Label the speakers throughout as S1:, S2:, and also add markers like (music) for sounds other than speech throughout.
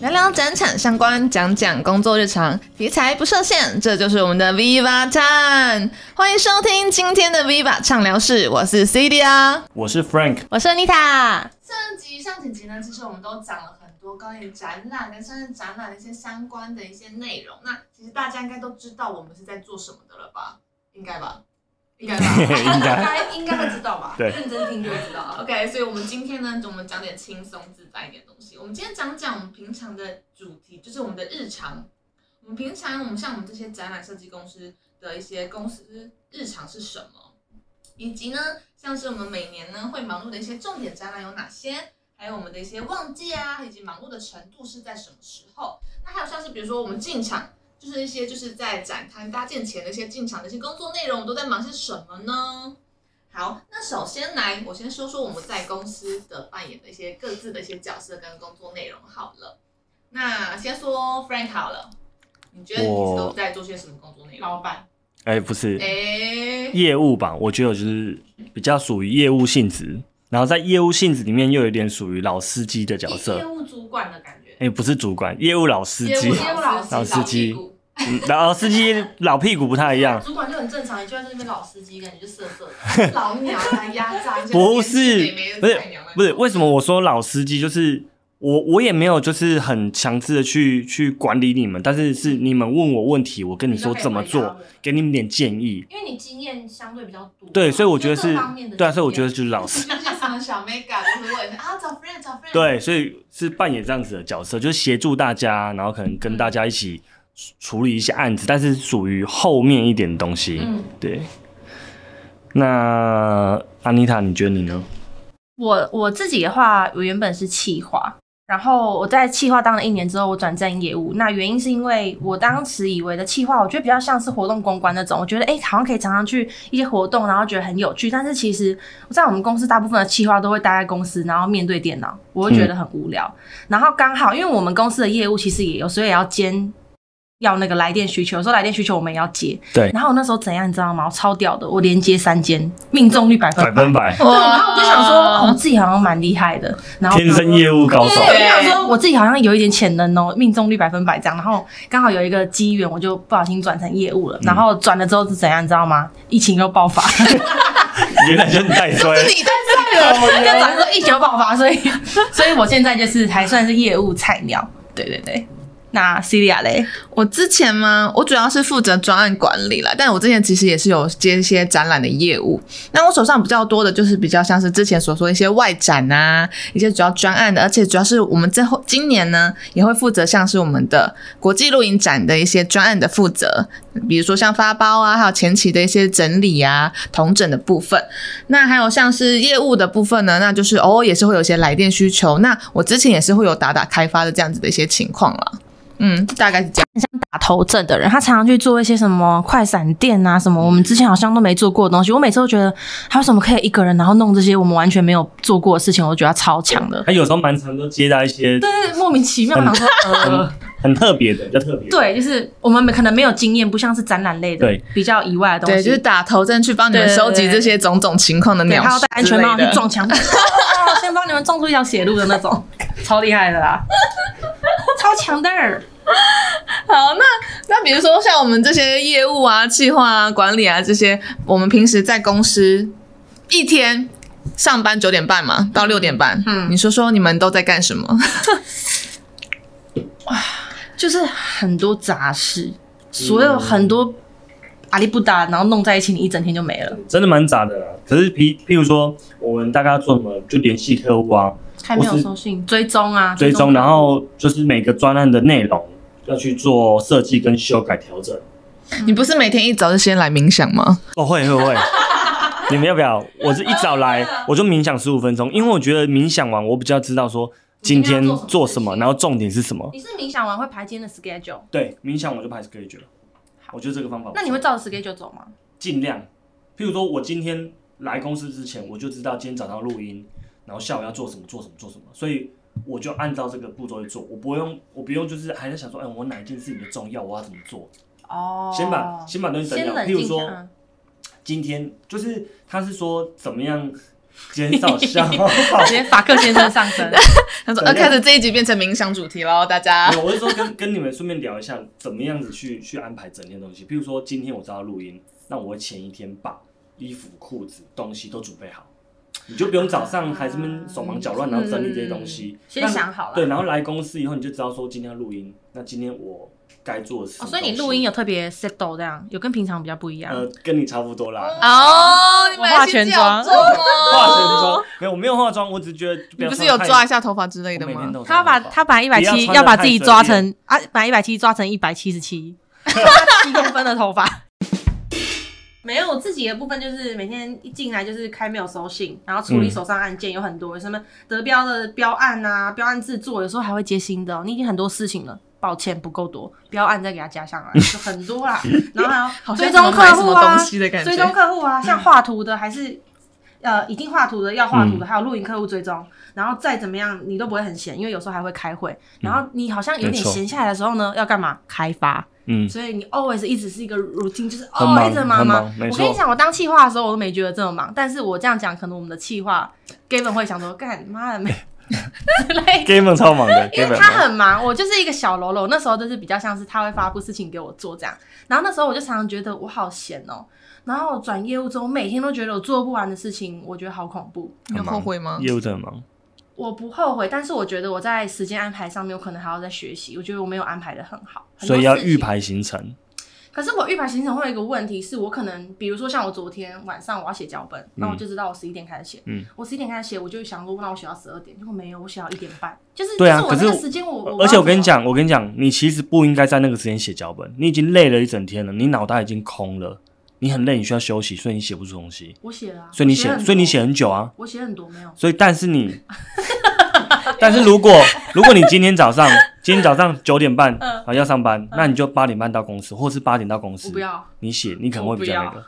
S1: 邀展场相关，讲讲工作日常，题材不设限，这就是我们的 Viva Time。欢迎收听今天的 Viva 畅聊室，我是 Celia，
S2: 我是 Frank，
S3: 我是 Nita。
S1: 上集、上几集呢，其实我们都讲了很多关于展览啊跟甚至展览的一些相关的一些内容。那其实大家应该都知道我们是在做什么的了吧？应该吧？应该吧？
S2: 应该
S1: 应该会知道吧？
S2: 对
S1: 认真听就会知道了。OK，所以我们今天呢，我们讲点轻松自在一点的东西。我们今天讲讲我们平常的主题，就是我们的日常。我们平常我们像我们这些展览设计公司的一些公司日常是什么？以及呢，像是我们每年呢会忙碌的一些重点展览有哪些，还有我们的一些旺季啊，以及忙碌的程度是在什么时候？那还有像是比如说我们进场，就是一些就是在展摊搭建前的一些进场的一些工作内容，我们都在忙些什么呢？好，那首先来，我先说说我们在公司的扮演的一些各自的一些角色跟工作内容好了。那先说 Frank 好了，你觉得你平时都在做些什么工作内容？
S3: 老板，
S2: 哎、不是
S1: 哎、
S2: 业务吧？我觉得我就是比较属于业务性质，然后在业务性质里面又有点属于老司机的角色，
S3: 业务主管的感觉，
S2: 哎、不是主管，业务老司
S1: 业
S2: 机
S1: 务，
S3: 业务老
S2: 老
S3: 师，
S2: 司机
S1: 老
S2: (laughs)
S1: 屁股
S2: 嗯 (laughs) 老司机老屁股不太一样，
S3: (laughs) 主管就很正常，你就在那边老司机，感觉就色色的。
S1: 老娘来压榨，
S2: 不是不是不是，为什么我说老司机就是我我也没有就是很强制的去去管理你们，但是是你们问我问题，我 (laughs) 跟你说怎么做，？给你们点建议，
S3: 因为你经验相对比较多，
S2: 对，所以我觉得
S3: 各
S2: 是
S3: 方面的，
S2: 对啊，所以我觉得
S3: 经
S2: 就
S3: 验
S2: 是老司。
S1: 就是什么小 mega 就是问啊，找 friend 找 friend，，
S2: 对，所以是扮演这样子的角色，就是协助大家，然后可能跟大家一起处处理一些案子，但是属于后面一点的东西。
S3: 嗯，
S2: 对。那安妮塔，你觉得你呢？
S3: 我我自己的话，我原本是企划，然后我在企划当了一年之后，我转战业务。那原因是因为我当时以为的企划，我觉得比较像是活动公关那种，我觉得诶好像可以常常去一些活动，然后觉得很有趣。但是其实我在我们公司大部分的企划都会待在公司，然后面对电脑，我
S2: 嗯
S3: 会觉得很无聊。然后刚好因为我们公司的业务其实也有，所以也要兼。要那个来电需求，有时候来电需求我们也要接。
S2: 对
S3: 然后我那时候怎样，你知道吗？我超屌的，我连接三间，命中率百分
S2: (laughs) 百分
S3: (laughs)
S2: 百，
S3: 对，然后我就想说，哦我自己好像蛮厉害的，然后
S2: 天生业务高手
S3: 对，。我就想说我自己好像有一点潜能哦，命中率百分百这样。然后刚好有一个机缘，我就不小心转成业
S2: 嗯
S3: 务了。然后转了之后是怎样，你知道吗？疫情又爆发， (laughs)
S2: 原来就是带衰。
S1: 你在
S3: 就转说疫情又爆发，所以所以我现在就是还算是业务菜鸟。对对对，那 Celia 嘞，
S1: 我之前吗？我主要是负责专案管理啦，但我之前其实也是有接一些展览的业务。那我手上比较多的就是比较像是之前所说的一些外展啊，一些主要专案的，而且主要是我们最后今年呢也会负责像是我们的国际露营展的一些专案的负责，比如说像发包啊，还有前期的一些整理啊、统整的部分。那还有像是业务的部分呢，那就是偶尔也是会有一些来电需求。那我之前也是会有打打开发的这样子的一些情况啦。嗯，大概是这样。
S3: 打头阵的人，他常常去做一些什么快闪店啊，什么我们之前好像都没做过的东西。我每次都觉得，还有什么可以一个人然后弄这些我们完全没有做过的事情，我觉得他超强的。
S2: 他有时候蛮常都接到一些
S3: 对，莫名其妙，
S2: 很
S3: 想说呃，
S2: 很特别的，比较特别。，
S3: 对，就是我们可能没有经验，不像是展览类的，
S2: 对，
S3: 比较以外的东
S1: 对，
S3: 西，
S1: 就是打头阵去帮你们
S3: 对对
S1: 收集
S3: 对
S1: 这些种种情况的
S3: 对，
S1: 鸟
S3: 还要
S1: 事
S3: 戴安全帽
S1: 之类
S3: 去
S1: 的
S3: 撞墙，哦先帮你们撞出一条血路的那
S2: (laughs)
S3: 种，超厉害的啦，超强的儿。
S1: (laughs) 好，那那比如说像我们这些业务啊、计划啊、管理啊这些，我们平时在公司一天上班九点半嘛，到六点半，嗯，
S3: 嗯
S1: 你说说你们都在干什 (laughs) 么？
S3: 就是很多杂事，所有很多
S2: 嗯
S3: 阿里不达，然后弄在一起，你一整天就没了，
S2: 真的蛮杂的啦。可是譬譬如说，我们大概要做什么，就联系客户啊，
S3: 还没有收信，追踪啊，
S2: 追踪，然后就是每个专案的内容要去做设计跟修改调整。
S1: 你不是每天一早就先来冥想吗？
S2: 哦，会会 (laughs) 会。你们要不要？我是一早
S3: (laughs)
S2: 来，我就冥想十五分钟，因为我觉得冥想完，我比较知道说今天做什么，然后重点是什么。
S3: 你是冥想完会排今天的 schedule，
S2: 对，冥想我就排 schedule，我觉得这个方法不错。
S3: 那你会照着 schedule 走吗？
S2: 尽量？譬如说我今天来公司之前，我就知道今天早上录音，然后下午要做什么，做什么，做什么，所以我就按照这个步骤去做，我不用，我不用就是还在想说，哎，我哪一件事情的重要，我要怎么做？
S3: 哦，
S2: 先把先把东西整
S3: 先
S2: 理好。
S3: 冷嗯
S2: 譬如
S3: 静一下
S2: 说，
S3: 嗯
S2: 今天就是他是说怎么样减少消耗
S3: (laughs) 直。接法克先生上身。
S1: 他说：“
S2: 怎
S1: 呃，
S2: 样
S1: 开始这一集变成冥想主题喽，大家
S2: 没。有我是说跟跟你们顺便聊一下，怎么样子去去安排整天东西。譬如说今天我知道录音，那我会前一天把衣服、裤子、东西都准备好，你就不用早上还这么手忙脚乱，然后整理这些东西。
S3: 嗯先想好了
S2: 对，然后来公司以后你就知道说今天要录音，那今天我该做的事。
S3: 哦，所以你录音有特别 settle 这样，有跟平常比较不一样。
S2: 呃，跟你差不多啦。
S1: 哦，你们
S3: 我化全妆
S1: 来去教做
S2: 化全
S1: 哦。
S2: 妆没有，我没有化妆，我只是觉得
S1: 你
S2: 要
S1: 不是
S2: 穿
S1: 有
S2: 太
S1: 抓一下头发之类的
S2: 我每天
S1: 吗？
S2: 都有
S3: 他把
S2: 穿头发
S3: 他把一百七
S2: 不要穿得
S3: 要把自己
S2: 太
S3: 抓
S2: 随
S3: 成啊，把一百七抓成一百七十
S2: (laughs)
S3: 七，一公分的头发。 (laughs) 没有我自己的部分，就是每天一进来就是开没有收信，然后处理
S2: 嗯
S3: 手上案件有很多，有什么得标的标案啊，标案制作，有时候还会接新的哦、你已经很多事情了，抱歉不够多，标案再给它加上来，就很多 (laughs) 啦。然后还
S1: 像
S3: 有追踪
S1: 什么买
S3: 客
S1: 什
S3: 户
S1: 么
S3: 啊
S1: 东，西的感
S3: 追踪
S1: 觉。
S3: 客户啊，像画图的还是呃已经画图的要画
S2: 嗯
S3: 图的，还有录影客户追踪，然后再怎么样你都不会很闲，因为有时候还会开会。然后你好像有
S2: 嗯没
S3: 点
S2: 错
S3: 闲下来的时候呢，要干嘛？开发。
S2: 嗯，
S3: 所以你 always 一直是一个 routine，就是
S2: 很
S3: 哦
S2: 忙
S3: 一直忙
S2: 很
S3: 忙。
S2: 忙没
S3: 我跟你
S2: 错
S3: 讲，我当企划的时候我都没觉得这么忙，但是我这样讲，可能我们的企划 Gavin 会想说，干妈的没之
S2: (laughs)
S3: 类的。
S2: Gamer 超忙的
S3: (laughs) 因为
S2: ，Gamer
S3: 他很忙，我就是一个小喽啰，那时候就是比较像是他会发布事情给我做这样，然后那时候我就常常觉得我好闲哦、然后转业务之后，每天都觉得我做不完的事情，我觉得好恐怖。
S1: 你有后悔吗？
S2: 业务真的很忙。
S3: 我不后悔，但是我觉得我在时间安排上面，我可能还要再学习。我觉得我没有安排的很好，很多
S2: 所以要
S3: 事情
S2: 预。排行程。
S3: 可是我预排行程会有一个问题，是我可能比如说像我昨天晚上我要写脚本，那我就知道我十一点开始写。
S2: 嗯，
S3: 我十一点开始写，我就想说，那我写到十二点，结果没有，我写到一点半，就是
S2: 对啊
S3: 就是我那
S2: 可
S3: 个
S2: 是
S3: 时间我，我
S2: 而且我跟你
S3: 讲。
S2: 讲，我跟你讲，你其实不应该在那个时间写脚本，你已经累了一整天了，你脑袋已经空了，你很累，你需要休息，所以你写不出东西，
S3: 我写了、啊，
S2: 所以你
S3: 我
S2: 写，
S3: 很
S2: 所以你
S3: 多
S2: 写，很久啊。
S3: 我写很多没有，
S2: 所以，但是
S3: (laughs)
S2: 你，但是如果如果你今天早上，今天早上九点半
S3: 嗯
S2: 啊要上班，那你就八点半到公司，或是八点到公
S3: 我
S2: 司
S3: 不，要，
S2: 你写，你可能会比较那个。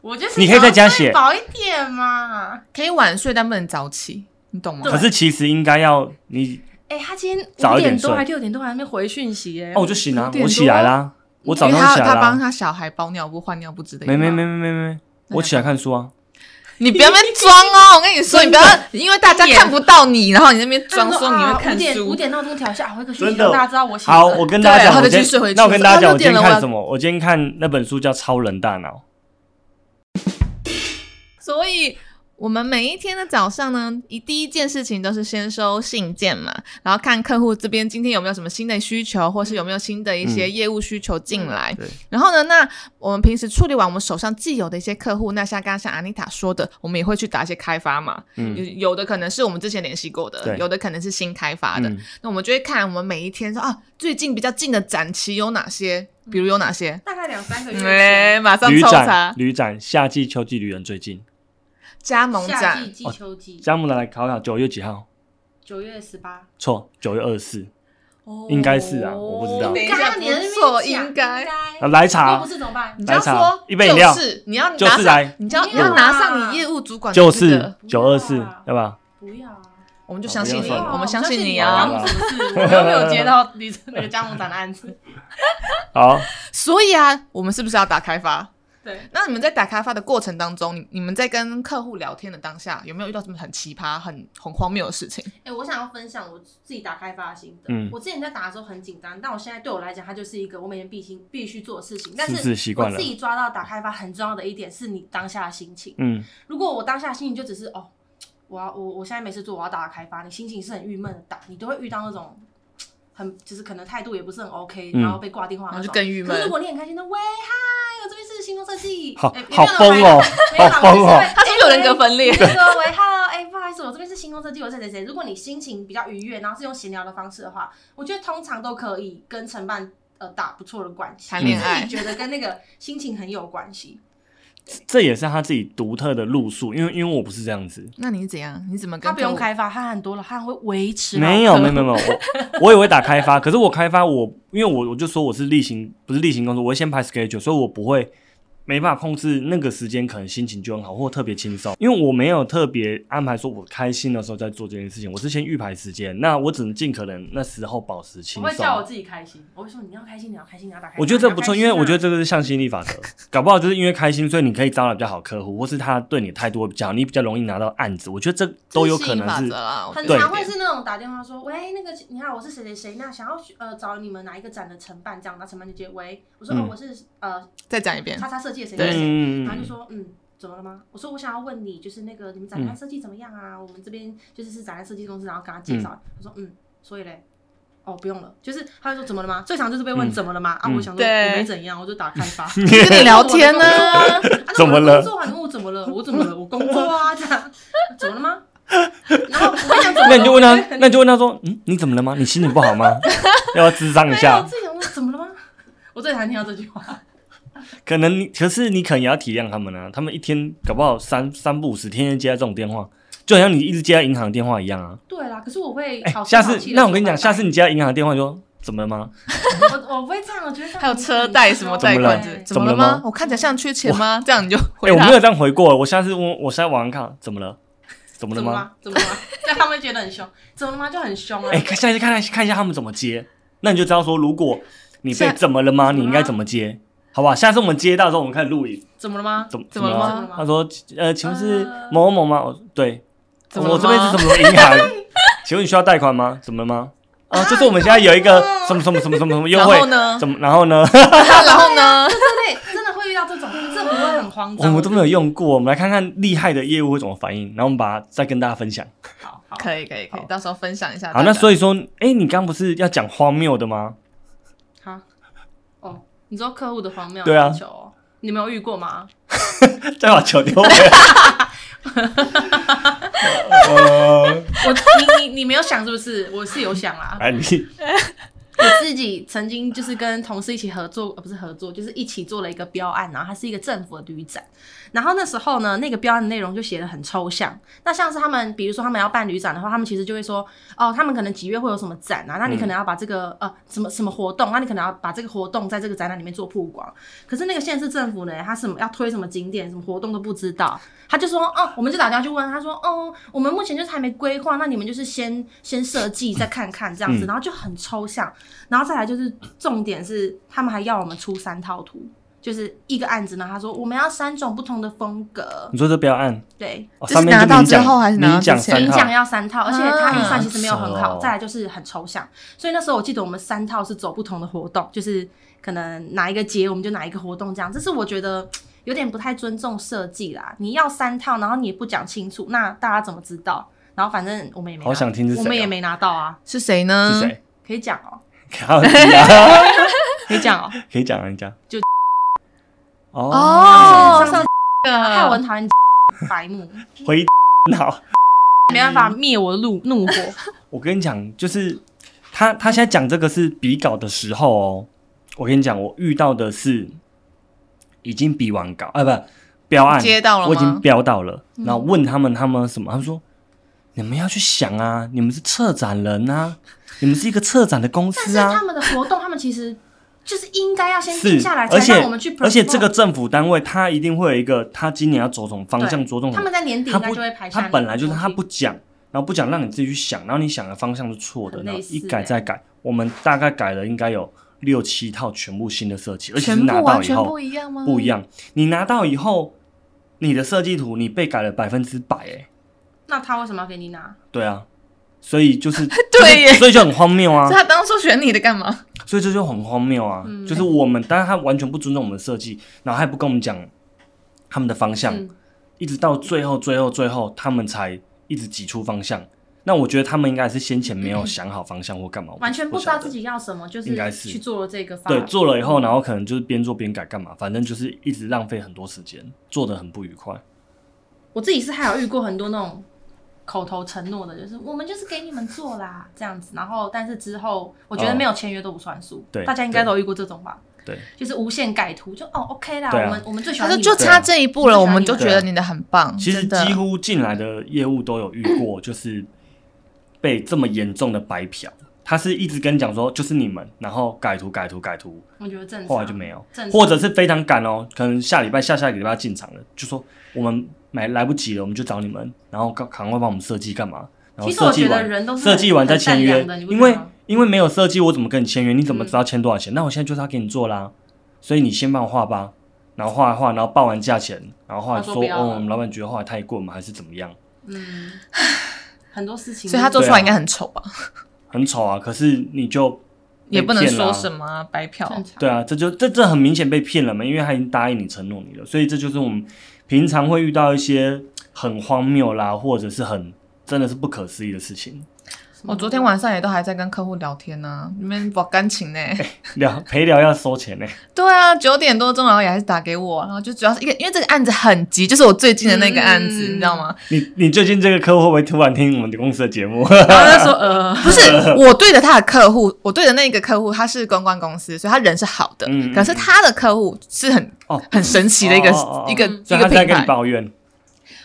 S3: 我就是
S2: 你可以在家
S3: 想要睡
S2: 写
S3: 饱一点嘛。
S1: 可以晚睡，但不能早起，你懂吗
S2: 可？是其实应该要你
S3: 哎、他今天
S2: 早
S3: 五
S2: 一点
S3: 点多
S2: 睡
S3: 还六点多还在那边回讯息耶、
S2: 哦，我就醒
S3: 五
S2: 了，
S3: 点
S2: 我
S3: 多
S2: 起来啦，我早
S1: 因为
S2: 上
S1: 他
S2: 起来
S1: 他帮
S2: 啦，
S1: 他小孩包尿布、换尿布之类的。
S2: 没没没，没没没，
S1: 那
S2: 我起来看书啊。
S1: 你不要在那边装哦！我跟你说，你不要，因为大家看不到你，然后你那边装说你会
S3: 啊五
S1: 看
S3: 点五
S1: 书。
S3: 点闹钟调一下，啊我一个讯息
S2: 真的
S3: 让大家知道我写
S2: 好，
S3: 了。
S2: 我跟大家
S1: 对然
S2: 讲，
S1: 后
S2: 我
S1: 就
S2: 今
S1: 去睡回去哦
S2: 那我跟大家讲，我今天
S1: 然后六点了我要
S2: 看什么？我今天看那本书叫《超人大脑》，
S1: 所以我们每一天的早上呢，一第一件事情都是先收信件嘛，然后看客户这边今天有没有什么新的需求，或是有没有新的一
S2: 嗯
S1: 些业务需求进来。
S2: 对
S1: 然后呢，那我们平时处理完我们手上既有的一些客户，那像刚刚像安妮塔说的，我们也会去打一些开发嘛，有
S2: 嗯，
S1: 有的可能是我们之前联系过的
S2: 对，
S1: 有的可能是新开发的。
S2: 嗯
S1: 那我们就会看我们每一天说啊，最近比较近的展期有哪些，比如有哪些。
S3: 大概两三个月
S1: 哎、
S3: 前，
S1: 马上
S2: 旅
S1: 抽
S2: 展
S1: 查，
S2: 旅展，夏季、秋季旅人最近，
S1: 加盟
S3: 夏
S1: 展
S3: 季、，
S2: 哦
S3: 季、秋季，
S2: 佳木兰来考考，九月几号？
S3: 九月十八。哦
S2: 错，九月二十四。应该是啊我不知道
S1: 等一下
S3: 你在那边
S1: 不错
S3: 讲
S1: 应该
S2: 啊来茶
S3: 都不是怎么办？
S1: 你就要
S2: 白茶
S1: 说，
S2: 一杯饮料
S1: 就是你要拿
S2: 就是
S1: 上
S2: 来，哦
S1: 你就要
S3: 不
S1: 你
S3: 要
S1: 要拿
S3: 啊
S1: 上你业务主管的
S2: 就
S1: 这
S2: 是
S1: 个，
S2: 九二四，对吧？
S3: 不要啊。
S1: 我们就
S2: 哦
S1: 相信
S2: 不
S1: 你，
S2: 要算了
S1: 我们相信你
S2: 啊
S1: 啊
S2: 不。要 (laughs)
S3: 我又没有接到李晨那个加盟展的案子。
S2: 好，
S1: 所以啊，我们是不是要打开发？
S3: 对，
S1: 那你们在打开发的过程当中，你你们在跟客户聊天的当下，有没有遇到什么很奇葩、很很荒谬的事情？
S3: 哎、我想要分享我自己打开发的心得。
S2: 嗯
S3: 我之前在打的时候很紧张，但我现在对我来讲，它就是一个我每天必须必须做的事情。但
S2: 是不是习
S3: 我
S2: 惯了
S3: 自？己抓到打开发很重要的一点是你当下的心情。
S2: 嗯，
S3: 如果我当下心情就只是哦，我要我我现在没事做，我要打开发，你心情是很郁闷的打，你都会遇到那种很就是可能态度也不是很 OK，、
S2: 嗯
S3: 然后被挂电话
S1: 然
S3: 那
S1: 后就。
S3: 种
S1: 更郁
S3: 可是如
S1: 闷。
S3: 果你很开心的喂嗨，我这边是新东设计，
S2: 好
S3: 哎
S2: 好疯，哦， (laughs)
S3: 没有啦
S2: 好疯哦
S3: 没有啦我是会
S1: 他是不是有人格分裂
S3: 哎？喂你 (laughs) 说喂 hello，哎、不好意思，我这边是新公设计，我谁谁谁。如果你心情比较愉悦，然后是用闲聊的方式的话，我觉得通常都可以跟承办呃打不错的关系。
S1: 谈恋
S3: 我
S1: 爱
S3: 自己觉得跟那个心情很有关系。
S2: 这也是他自己独特的路数，因为因为我不是这样子，
S1: 那你是怎样？你怎么跟
S3: 他不用
S1: 客户？
S3: 开发，他很多了，他很会维持。
S2: 没有，没有，没有，没有，我我也会打开发，可是我开发我，因为我我就说我是例行，不是例行工作，我会先排 schedule，所以我不会没办法控制那个时间，可能心情就很好，或特别轻松。因为我没有特别安排说我开心的时候再做这件事情，我是先预排时间，那我只能尽可能那时候保持轻
S3: 我会
S2: 松
S3: 叫。我自己开心，我会说你要开心，你要开心，你要打开。
S2: 我觉得这不错，因为我觉得
S3: 得
S2: 这个是向心力法则，搞不好就是因为开心，所以你可以招来比较好客户，或是他对你的态度会比较好，你比较容易拿到案子。我觉得这都有可能
S1: 这吸引
S2: 是
S1: 法则啦，我觉
S3: 很
S1: 得
S3: 常会是那种打电话说，喂，那个你好，我是谁谁谁，那想要呃找你们哪一个展的承办这样，那承办就接喂，我说、
S2: 嗯
S3: 哦我是呃
S1: 再讲一遍，
S3: 叉叉设计的谁谁
S1: 对
S3: 谁，
S2: 嗯
S3: 然后就说嗯。怎么了吗？我说我想要问你，就是那个你们展览设计怎么样啊？我们这边就是是展览设计公司，然后跟他介绍。他说嗯，所以嘞，哦不用了，就是他就说怎么了吗？最常就是被问
S2: 嗯
S3: 怎么了吗？啊，
S2: 嗯
S3: 我想说
S1: 对
S3: 我没怎样，我就打开
S2: (laughs)
S3: 发。
S1: 跟你聊天呢，
S3: 啊
S2: 怎么了
S3: 工作啊？你问我怎么了？我怎么了？我工作啊，这样怎么了吗？然后我想怎么了？
S2: (laughs) 那你就问
S3: (laughs)
S2: 他，那你就问他说，嗯，你怎么了吗？你心情不好吗？要不要智商一
S3: 没有，
S2: 下
S3: 哎我？自己想问怎么了吗？我最常听到这句话，
S2: 可能你，可是你可能也要体谅他们啊，他们一天搞不好三三不五时，天天接到这种电话，就好像你一直接到银行的电话一样啊。
S3: 对啦。可是我会
S2: 哎、
S3: 好声
S2: 下
S3: 好
S2: 次
S3: 气地
S2: 那我跟你
S3: 说
S2: 讲，下次你接到银行的电话就说怎么了吗？
S3: 拜拜我我不会这样，我觉得这样
S1: 还有车贷什么贷
S2: 怎么
S1: 款
S2: 了
S1: 之类，
S3: 对
S1: 怎么
S2: 怎么
S1: 了
S2: 了吗
S1: 吗？我看起来像缺钱吗？这样你就
S2: 哎、
S1: 回
S2: 我
S1: 答
S2: 没有这样回过，我下次问，我现在网上看怎么了？怎么了
S3: 怎么
S2: 吗？
S3: 了？怎么了吗？
S2: (laughs)
S3: 但他们会觉得很凶，怎么了吗？就很凶啊
S2: 哎、。看下次看看看一下他们怎么接，那你就知道说，如果你被
S1: 下
S2: 怎么了吗，
S3: 怎
S2: 你
S3: 么了
S2: 应该怎么接，好不好？下次我们接到的时候，我们开始录影，
S3: 怎么了吗？
S2: 怎么
S1: 怎么了吗
S3: 怎么了
S2: 他
S3: 吗？
S2: 说：“呃，请问是
S3: 呃
S2: 某某某吗？”我对，
S1: 怎么了
S2: 我
S1: 吗
S2: 这边是什么银行？
S1: (laughs)
S2: 请问你需要贷款吗？怎么了吗？啊，就是我们现在有一个什么什么什么什么什么优
S1: 哦然
S2: 惠
S1: 后，呢？
S2: 怎么然后呢？
S1: 然后呢？ (laughs)
S3: 对对，真的会遇到这种，这不会很慌
S2: 我
S3: 张。
S2: 们都没有用过，我们来看看厉害的业务会怎么反应，然后我们把它再跟大家分享。
S3: 好好。
S1: 可以可以可以
S2: 好，
S1: 到时候分享一下大家。
S2: 好，那所以说，哎，你刚不是要讲荒谬的
S1: (laughs)
S2: 吗？
S3: 好，哦，你知道客户的荒谬
S2: 对啊
S3: 要求哦，你没有遇过吗？
S2: 再把球丢回来。呃，
S3: 我你你你没有想是不是？我是有想
S2: (laughs)
S3: 啦，
S2: 哎，你
S3: 我自己曾经就是跟同事一起合作，呃，不是合作，就是一起做了一个标案，然后它是一个政府的旅展，然后那时候呢，那个标案的内容就写的很抽象。那像是他们，比如说他们要办旅展的话，他们其实就会说，哦，他们可能几月会有什么展啊？那你可能要把这个、呃什么什么活动，那你可能要把这个活动在这个展览里面做曝光。可是那个县市政府呢，他什么要推什么景点、什么活动都不知道，他就说，哦，我们就打电话去问，他说，哦，我们目前就是还没规划，那你们就是先先设计再看看这样子，
S2: 嗯
S3: 然后就很抽象。然后再来就是重点是，他们还要我们出三套图，就是一个案子呢。他说我们要三种不同的风格，
S2: 你说这标案，
S3: 对，
S2: 哦
S1: 就是
S2: 上面
S1: 拿到
S2: 明讲
S1: 之后还是拿到
S2: 明讲
S1: 之前
S2: 三
S3: 影
S2: 套
S3: 奖，要三套，而且它预算其实没有很
S2: 啊
S3: 好。
S2: 是哦
S3: 再来就是很抽象，所以那时候我记得我们三套是走不同的活动，就是可能哪一个节我们就哪一个活动这样。这是我觉得。有点不太尊重设计啦，你要三套，然后你也不讲清楚，那大家怎么知道？然后反正我们也没拿，
S2: 好想听是谁啊
S3: 我们也没拿到啊，
S1: 是谁呢？
S2: 是？谁？
S3: 可以讲哦、
S1: 嗯
S2: 好你啊
S3: 可以 (laughs) 讲哦、
S2: 可以讲啊，你讲。
S3: 就
S2: 哦，
S1: 哦，
S3: 上次害我
S1: 个
S3: 很讨厌 (laughs) 白目，
S2: 回好。
S3: 没办法灭我的 (laughs) 怒怒火。
S2: 我跟你讲，就是他他现在讲这个是比稿的时候哦。我跟你讲，我遇到的是已经比完稿，啊，不标案，
S1: 接到了
S2: 我已经
S1: 吗？
S2: 标到了，
S3: 嗯
S2: 然后问他们他们什么，他们说你们要去想啊，你们是策展人啊，你们是一个策展的公
S3: 但
S2: 司
S3: 是
S2: 啊
S3: 他，们的活动，他们其实就是应该要先定
S2: 是
S3: 下来，，
S2: 而
S3: 才
S2: 且
S3: 让我们去 promote。
S2: 而且这个政府单位他一定会有一个他今年要走什么方向，
S3: 对
S2: 着重什
S3: 他
S2: 么
S3: 们，在年
S2: 嗯
S3: 底
S2: 他
S3: 应该
S2: 不
S3: 就会排下
S2: 他
S3: 来。
S2: 本来就是他不讲，然后不讲让你自己去想，然后你想的方向是错的，
S3: 很
S2: 然后
S3: 类似
S2: 一改
S3: 欸
S2: 再改，我们大概改了应该有六七套全部新的设计，而且是
S1: 全
S2: 拿
S1: 部
S2: 到
S1: 完
S2: 以
S1: 全
S2: 后
S1: 不一样吗？
S2: 不一。样，你拿到以后，你的设计图你被改了百分之百，哎。
S3: 那他为什么要给你拿？
S2: 对啊，所
S1: (laughs)
S2: 以就是
S1: 对耶
S2: 就是所以就很荒谬啊
S1: 所以，他当初选你的干嘛？
S2: 所以这就很荒谬啊，
S3: 嗯
S2: 就是我们，但是他完全不尊重我们的设计，然后还不跟我们讲他们的方向，
S3: 嗯，
S2: 一直到最后最后最后，他们才一直挤出方向。那我觉得他们应该是先前没有想好方向或干嘛，我
S3: 嗯完全不知
S2: 晓
S3: 道
S2: 得
S3: 自己嗯要什么，就
S2: 应该是
S3: 去做了这个方
S2: 对
S3: 案。
S2: 做了以后，然后可能就是边做边改干嘛，反正就是一直浪费很多时间，做的很不愉快。
S3: 嗯我自己是还有遇过很多那种口头承诺的，就是我们就是给你们做啦这样子，然后但是之后我觉得
S2: 哦
S3: 没有签约都不算数。
S2: 对
S3: 大家应该都有遇过这种吧？
S2: 对，
S3: 就是无限改图，就哦 OK 啦，
S2: 对啊
S3: 我们我们最喜
S1: 他
S3: 欢
S1: 说
S3: 你
S1: 就
S3: 们
S1: 差这一步了，
S3: 对啊
S1: 我们就觉得你的很棒。
S2: 啊其实
S1: 真的
S2: 几乎进来的业务都有遇过，就是被这么严重的白嫖。他是一直跟你讲说就是你们，然后改图改图改图，
S3: 我觉得正常。
S2: 后来就没有，
S3: 正常，
S2: 或者是非常赶哦，可能下礼拜下下礼拜要进场了，就说我们买来不及了，我们就找你们，然后赶赶快帮我们设计干嘛？然后
S3: 其实我
S2: 设计
S3: 觉得
S2: 完
S3: 人都是
S2: 设计完再签
S3: 很
S2: 约
S3: 善良的你，不觉
S2: 因
S3: 得吗嗯
S2: 为因为没有设计，我怎么跟你签约？你怎么知道签多少钱？那我现在就是要给你做啦，所以你先帮我画吧，然后画一画，然后报完价钱，然后后来
S3: 他说
S2: 说
S3: 不要
S2: 哦，
S3: 了
S2: 我们老板觉得画得太贵嘛，还是怎么样？
S1: (laughs)
S3: 嗯，很多事情，
S1: 所以他做出
S2: 对啊
S1: 来应该很丑吧？
S2: 很丑啊，可是你就被
S1: 也不能
S2: 骗啦
S1: 说什么啊白嫖。
S3: 正常，
S2: 对啊，这就这这很明显被骗了嘛，因为他已经答应你承诺你了，所以这就是我们平常会遇到一些很荒谬啦，或者是很真的是不可思议的事情。
S1: 我昨天晚上也都还在跟客户聊天呢、你
S2: (laughs)
S1: 们搞感情呢、 (laughs)
S2: 聊陪聊要收钱呢、
S1: 对啊，九点多钟，然后也还是打给我，然后就主要是因为因为这个案子很急，就是我最近的那个案子，
S3: 嗯
S1: 你知道吗？
S2: 你你最近这个客户会不会突然听我们公司的节目？
S1: 然后他说呃，不是我对着他的客户，我对着那个客户，他是公关公司，所以他人是好的，
S2: 嗯嗯
S1: 可是他的客户是很
S2: 哦
S1: 很神奇的
S2: (laughs)
S1: 一个、
S2: 哦哦哦
S1: 一个、哦
S4: 嗯
S2: 所
S1: 一
S2: 以
S1: 个
S2: 他在
S1: 品
S2: 跟你
S1: 牌。
S2: 抱怨，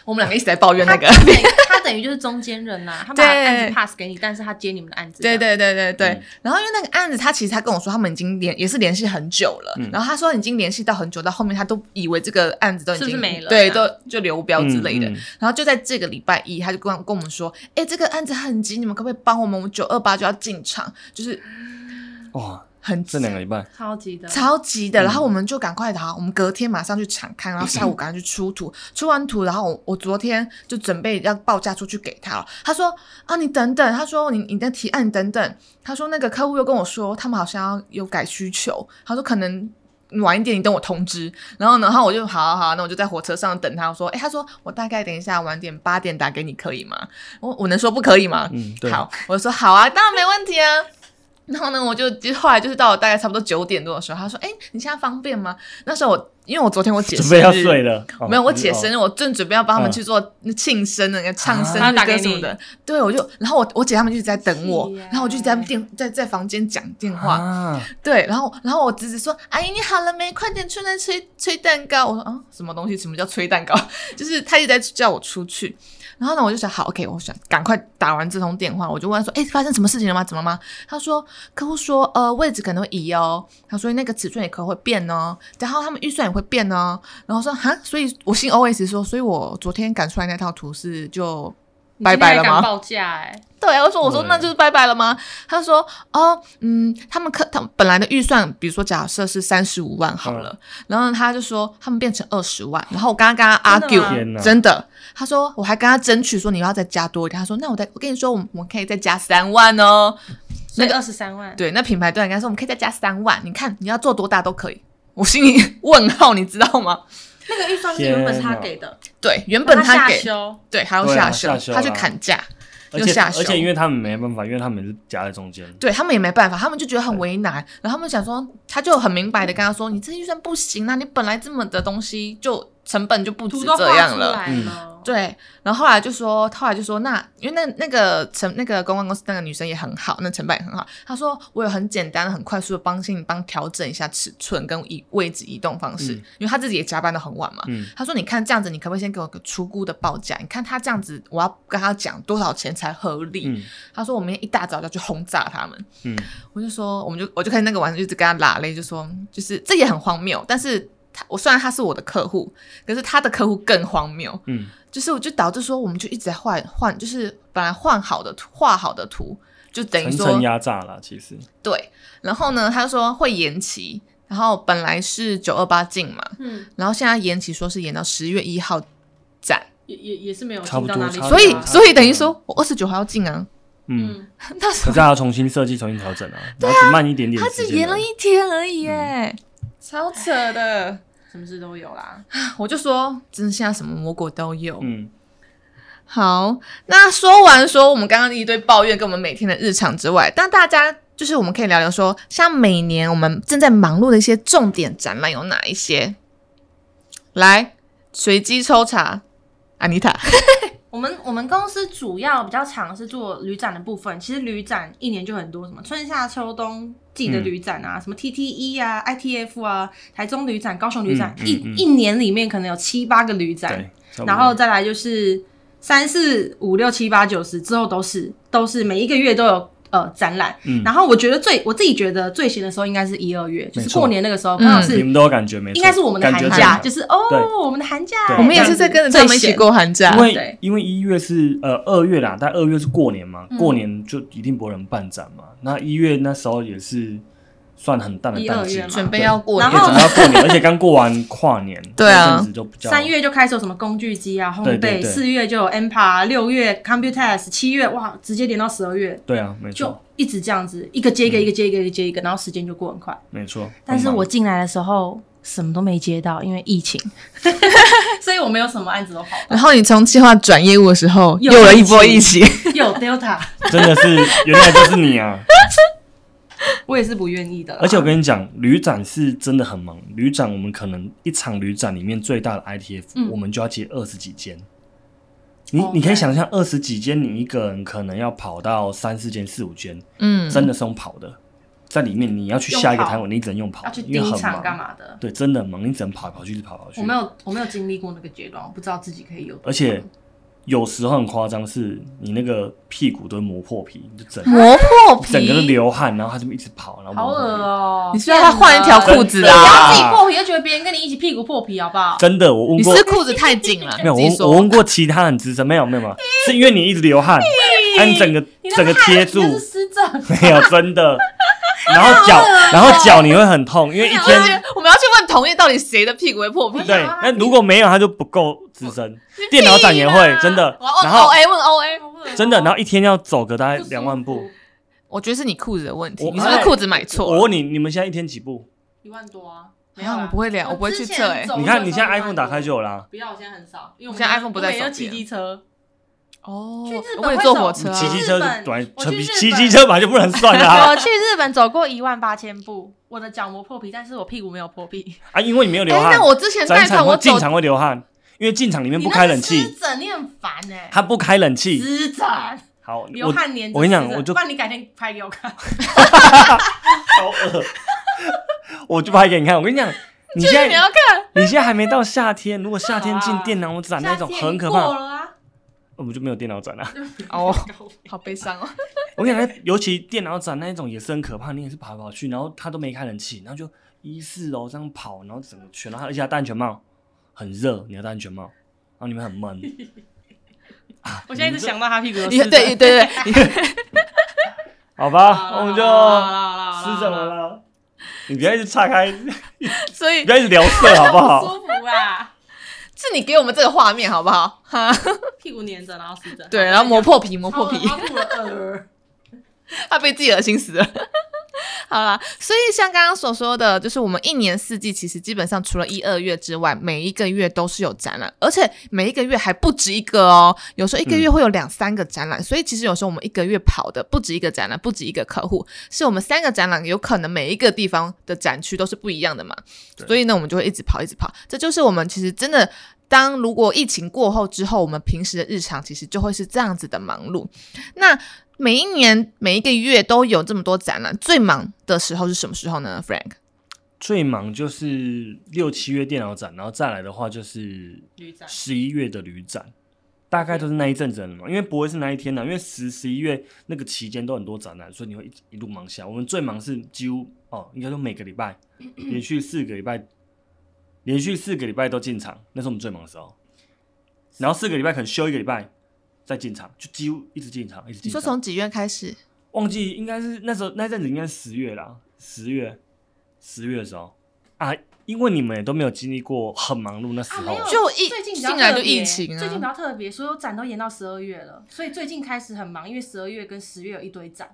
S1: 我们两个一直在抱怨那个，
S3: 他等于他等于就是中间人啦，他把
S1: 对
S3: 案子 pass 给你，但是他接你们的案子，
S1: 对对对对对。
S2: 嗯
S1: 然后因为那个案子，他其实他跟我说，他们已经联也是联系很久了。
S2: 嗯
S1: 然后他说已经联系到很久，到后面他都以为这个案子都已经
S3: 是不是没了
S1: 对，
S3: 这
S1: 都就流标之类的。
S2: 嗯嗯
S1: 然后就在这个礼拜一，他就跟我跟我们说，哎，这个案子很急，你们可不可以帮我们？我们九二八就要进场，就是
S2: 哇，
S1: 很
S2: 这
S1: 急。
S2: 两个礼拜，
S3: 超级的，
S1: 超级的，然后我们就赶快的，好我们隔天马上去场看，然后下午赶快去出图，出完图，然后我我昨天就准备要报价出去给他了，他说啊你等等，他说你你的提案等等，他说那个客户又跟我说他们好像要有改需求，他说可能。晚一点，你等我通知。然后呢，然后我就好好好，那我就在火车上等他。我说，哎，他说我大概等一下晚点八点打给你，可以吗？我我能说不可以吗？
S2: 嗯，对，
S1: 好，我就说好啊，当然没问题啊。 (laughs) 然后呢，我就就后来就是到了大概差不多九点多的时候，他说：“哎、你现在方便吗？”那时候我因为我昨天我姐
S2: 准
S1: 生
S2: 备
S1: 日
S2: 要睡了，哦
S1: 没有我姐生日，我正准备要帮他们
S2: 嗯
S1: 去做庆生的、那个唱生
S3: 啊
S1: 日歌什么的。对，我就然后我我姐他们就一直在等我
S3: 是耶，啊
S1: 然后我就一直在电在在房间讲电话。
S2: 啊，
S1: 对，然后然后我侄子说：“阿姨你好了没？快点出来吹吹蛋糕。”我说：“啊，什么东西？什么叫吹蛋糕？” (laughs) 就是他一直在叫我出去。然后呢，我就想好，OK，我想赶快打完这通电话，我就问他说：“哎，发生什么事情了吗？怎么了吗？”他说：“客户说，呃，位置可能会移哦。”他说：“那个尺寸也可能会变哦，然后他们预算也会变哦。”然后说：“哈，所以我心 OS 说，所以我昨天赶出来那套图是就
S3: 你
S1: 拜
S3: 今天
S1: 拜
S3: 还
S1: 了
S3: 敢
S1: 吗？”
S3: 报价哎，
S1: 对，我说我说
S2: 对
S1: 那就是拜拜了吗？他说哦，嗯，他们客他们本来的预算，比如说假设是三十五万好了，
S2: 嗯
S1: 然后他就说他们变成二十万，然后我刚刚跟他
S3: 真的吗
S1: argue，
S2: 天哪
S1: 真的，他说我还跟他争取说你要再加多一点，他说那我再我跟你说我们我们可以再加三万哦，
S3: 那个二十三万，
S1: 对，那品牌端跟他说我们可以再加三万，你看你要做多大都可以，我心里问号，你知道吗？
S3: 那个预算是原本是他给的，
S1: 对，原本
S3: 那他
S1: 他
S3: 下
S1: 给
S3: 修，
S1: 对还要
S2: 对啊
S1: 下修，
S2: 下修
S1: 他去
S2: 啦
S1: 砍价
S2: 而
S1: 又
S2: 且
S1: 下修，
S2: 而且因为他们没办法，因为他们是夹在中间，
S1: 对他们也没办法，他们就觉得很为难，然后他们想说，他就很明白的跟他说，你这预算不行啊，你本来这么的东西就成本就不止
S4: 图都画
S1: 这样
S4: 出
S1: 了。
S4: 来
S2: 了
S4: 嗯
S1: 对，然后后来就说，后来就说，那因为那那个承那个公关公司那个女生也很好，那成败也很好。她说我有很简单、很快速的帮你帮调整一下尺寸跟移位置移动方式，
S2: 嗯
S1: 因为她自己也加班的很晚嘛。
S2: 嗯，
S1: 他说：“你看这样子，你可不可以先给我个初估的报价？你看他这样子，我要跟他讲多少钱才合理？”
S2: 嗯
S1: 他说：“我明天一大早就要去轰炸他们。”
S2: 嗯，
S1: 我就说，我们就我就看那个晚上就一直跟他拉嘞，就说就是这也很荒谬，但是他我虽然他是我的客户，可是他的客户更荒谬，
S2: 嗯，
S1: 就是我就导致说我们就一直在换换，就是本来换好的图画好的图，就等于
S2: 层
S1: 说
S2: 层压榨啦，其实，
S1: 对，然后呢，他说会延期，然后本来是九二八进嘛，
S4: 嗯，
S1: 然后现在延期说是延到十月一号展，
S3: 也也也是没有
S2: 差不多
S3: 进到哪里去
S2: 差
S3: 啊，
S2: 不
S1: 所
S2: 多
S1: 以所以等于说我二十九号要进啊，
S2: 嗯，
S4: 嗯，
S1: 那时
S2: 可
S1: 候
S2: 是还要重新设计、重新调整啊，然后只慢一点点
S1: 他
S2: 的
S1: 只
S2: 时间而
S1: 延了
S2: 已，啊
S1: 一天而已耶，超扯的。
S3: 什么事都有啦，
S1: 我就说，真的现在什么魔果都有。
S2: 嗯，
S1: 好，那说完说我们刚刚一堆抱怨跟我们每天的日常之外，但大家就是我们可以聊聊说，像每年我们正在忙碌的一些重点展览有哪一些？来，随机抽查，安妮塔。
S3: 我们我们公司主要比较常是做旅展的部分，其实旅展一年就很多，什么春夏秋冬季
S2: 嗯
S3: 的旅展啊，什么 TTE 啊、ITF 啊、台中旅展、高雄旅展，
S2: 嗯嗯嗯
S3: 一一年里面可能有七八个旅展
S2: 对，，差不多
S3: 然后再来就是三四五六七八九十之后都是都是每一个月都有呃展览。
S2: 嗯
S3: 然后我觉得最我自己觉得最闲的时候应该是一二月，
S2: 没
S3: 就是
S2: 错
S3: 过年那个时候，
S1: 嗯
S3: 刚好
S2: 你
S3: 是
S2: 们都有感觉没错？
S3: 应该是我们的
S2: 感
S3: 寒
S2: 觉
S3: 假，
S2: 正
S3: 就是哦
S2: 对，
S3: 我们的寒假，
S2: 对
S1: 我们也是在跟着
S3: 这
S1: 他
S3: 样
S1: 们
S3: 子
S1: 一起过寒假
S2: 因。为
S3: 对
S2: 因为一月是呃二月啦，但二月是过年嘛，
S3: 嗯
S2: 过年就一定不会有人办展嘛。那一月那时候也是算很淡的
S3: 一
S2: 淡
S3: 二
S2: 季
S3: 月
S2: 嘛，
S3: 嘛
S1: 准备要过年
S2: 对
S3: 然后
S2: 准备要过年，而且刚过完跨
S3: (laughs)
S2: 年，
S1: 对啊
S2: 那阵子就比较
S3: 三月就开始有什么工具机啊、烘
S2: 对对
S3: 焙，
S2: 对
S3: 四月就有 EMPA，六月 Computex，七月哇，直接连到十二月，
S2: 对啊，没
S3: 就
S2: 错
S3: 一直这样子，一个接一个，
S2: 嗯
S3: 一个接一个，一个接一个，然后时间就过很快。
S2: 没错。
S3: 但是
S2: 很忙
S3: 我进来的时候什么都没接到，因为
S2: (laughs)
S3: 疫情，所以我没有什么案子都跑到，
S1: 然后你从计划转业务的时候，
S3: 又
S1: 又有
S3: 有
S1: 一
S3: 疫
S1: 波
S3: 情
S1: 疫情。
S3: 又有 Delta，
S2: 真的是原来就是你啊！
S3: 我也是不愿意的啦。啊
S2: 而且我跟你讲，旅展是真的很忙。旅展我们可能一场旅展里面最大的 ITF，、
S3: 嗯哦
S2: 我们就要接二十几间。你、
S3: OK
S2: 你可以想象，二十几间，你一个人可能要跑到三四间、四五间，
S1: 嗯，
S2: 真的是用跑的。在里面你要去下一个
S3: 用跑
S2: 摊位，你只能用跑
S3: 要，去
S2: 因为
S3: 盯
S2: 很
S3: 场干
S2: 忙。
S3: 嘛的？
S2: 对，真的很忙，你只能跑来跑去，一直跑来跑去。
S3: 我没有，我没有经历过那个阶段，我不知道自己可以有多忙。
S2: 而且有时候很夸张，是你那个屁股都会磨破皮，就整
S1: 磨破
S2: 整个都
S1: 皮。
S2: 流汗，然后他这么一直跑，然后
S3: 好
S2: 磨
S3: 恶
S2: 破皮。
S3: 哦、
S1: 你是不是要他换一条裤子
S2: 真的
S1: 啦？
S2: 啊
S3: 自己破皮就觉得别人跟你一起屁股破皮，好不好？
S2: 真的，我问
S1: 你
S2: 过
S1: 是裤子太紧了？
S2: 没有，我
S1: 你自己
S2: 问
S1: 说
S2: 我问过其他很资深，没有没有没有，是因为你一直流汗，啊，你整个
S3: 你
S2: 整个贴住
S3: 你，是湿疹，
S2: 没有真的。然后脚，然后脚你会很痛，因为一
S1: 我觉 (laughs)
S2: 天
S1: 得我们要去问同业到底谁的屁股会破皮？啊
S2: 对。那如果没有，他就不够资深。电脑展也会真的
S1: 啊我要，哦哎问
S2: 然后
S1: O A 问 O A，
S2: 真的，然后一天要走个大概
S3: 不舒服
S2: 两万步。
S1: 我觉得是你裤子的问题，
S2: 我哎
S1: 你是不是裤子买错
S2: 我
S1: 了？
S2: 问你，你们现在一天几步？
S3: 一万多啊，
S1: 没有，我不会量，我不会去测哎。
S2: 你看你现在 iPhone 打开就
S3: 有。
S2: 有啦，
S3: 不要，我现在很少，欸因为我
S1: 我现在 iPhone 不在手边
S3: 要骑机
S2: (laughs)
S3: 车，
S1: 哦
S3: 去日本
S1: 我也坐火
S2: 你
S1: 车啊
S2: 骑机
S3: 日
S2: 车
S3: 本
S2: 短
S3: 我去日，本哎
S2: 骑机车本来就不能算
S3: (laughs)
S2: 啦
S3: 我去日本走过一万八千步，我的脚磨破皮，但是我屁股没有破皮。
S2: 啊，因为你没有流
S1: 哎
S2: 汗
S1: 那。我之前带
S2: 展
S1: 团
S2: 场
S1: 我
S2: 会
S1: 走
S2: 进，场会流汗，因为进场里面
S3: 你
S2: 不开
S3: 那
S2: 冷
S3: 是湿
S2: 气，
S3: 疹你很烦哎，
S2: 他不开冷气。
S3: 湿疹
S2: 好，
S3: 流
S2: 我
S3: 汗黏着
S2: 我跟你讲
S3: 湿疹
S2: 我就
S3: 不然你改天拍给我 (laughs) 看。
S2: 好恶， (laughs) 我就拍给你看。我跟你
S3: (laughs)
S2: 讲，你现
S1: 就是你
S2: 在
S1: 要看，
S2: 你现在还没到夏天，如果夏天进
S3: 啊
S2: 电脑展 (laughs) 那种
S3: 夏天
S2: 很可
S3: 过
S2: 怕，哦
S3: 了啊，
S2: 我们就没有电脑
S3: (laughs)
S2: 展了、啊。
S1: (laughs) 哦，好悲伤哦。
S2: 我跟你讲，尤其电脑展那一种也是很可怕，你也是跑来跑去，然后他都没开冷气，然后就一四楼这样跑，然后整个全都汗，而且他戴安全帽，很热，你要戴安全帽，然后你们很
S3: (laughs)
S2: 闷。啊
S3: 我现在一直，想到他屁股有
S1: 你
S3: 湿疹。
S1: 对对对， (laughs)
S2: 好
S3: (laughs) 好
S2: 吧，
S3: 啦
S2: 我们就
S3: 好啦好啦好啦
S2: 湿疹了啦。你不要一直岔开，你
S1: 所以
S2: 不要一直聊
S3: (laughs)
S2: 色好不好？
S3: 舒服啊，
S1: 是你给我们这个画面好不好？哈，
S3: 屁股黏着，然后湿疹。
S1: 对，然后磨破皮，磨破皮，
S3: 超恶
S2: (laughs)
S3: 心呃
S1: 他被自己恶心死了。 (laughs) 好啦，所以像刚刚所说的，就是我们一年四季其实基本上除了一二月之外，每一个月都是有展览，而且每一个月还不止一个哦。有时候一个月会有两三个展览，所以其实有时候我们一个月跑的不止一个展览，不止一个客户，是我们三个展览有可能每一个地方的展区都是不一样的嘛。
S2: 对
S1: 所以呢，我们就会一直跑，一直跑。这就是我们其实真的。当如果疫情过后之后，我们平时的日常其实就会是这样子的忙碌。那每一年每一个月都有这么多展览，最忙的时候是什么时候呢？Frank，
S2: 最忙就是六七月电脑展，然后再来的话就是
S3: 旅展
S2: 十一月的旅展，大概都是那一阵子了嘛，因为不会是那一天啦，因为十十一月那个期间都很多展览，所以你会一一路忙下来。我们最忙是几乎哦，应该说每个礼拜连续四个礼拜，连续四个礼拜都进场，那是我们最忙的时候。然后四个礼拜可能休一个礼拜再进场，就几乎一直进场，一直
S1: 你
S2: 进
S1: 说
S2: 场。
S1: 从几月开始？
S2: 忘记应该是那时候那阵子应该是十月啦，十月十月的时候啊，因为你们也都没有经历过很忙碌那时
S3: 啊，
S2: 候
S3: 没有，
S2: 啊，
S1: 就疫
S3: 最近比较
S1: 进来就
S3: 特别
S1: 疫情啊
S3: 最近比较特别，所有展都延到十二月了，所以最近开始很忙，因为十二月跟十月有一堆展，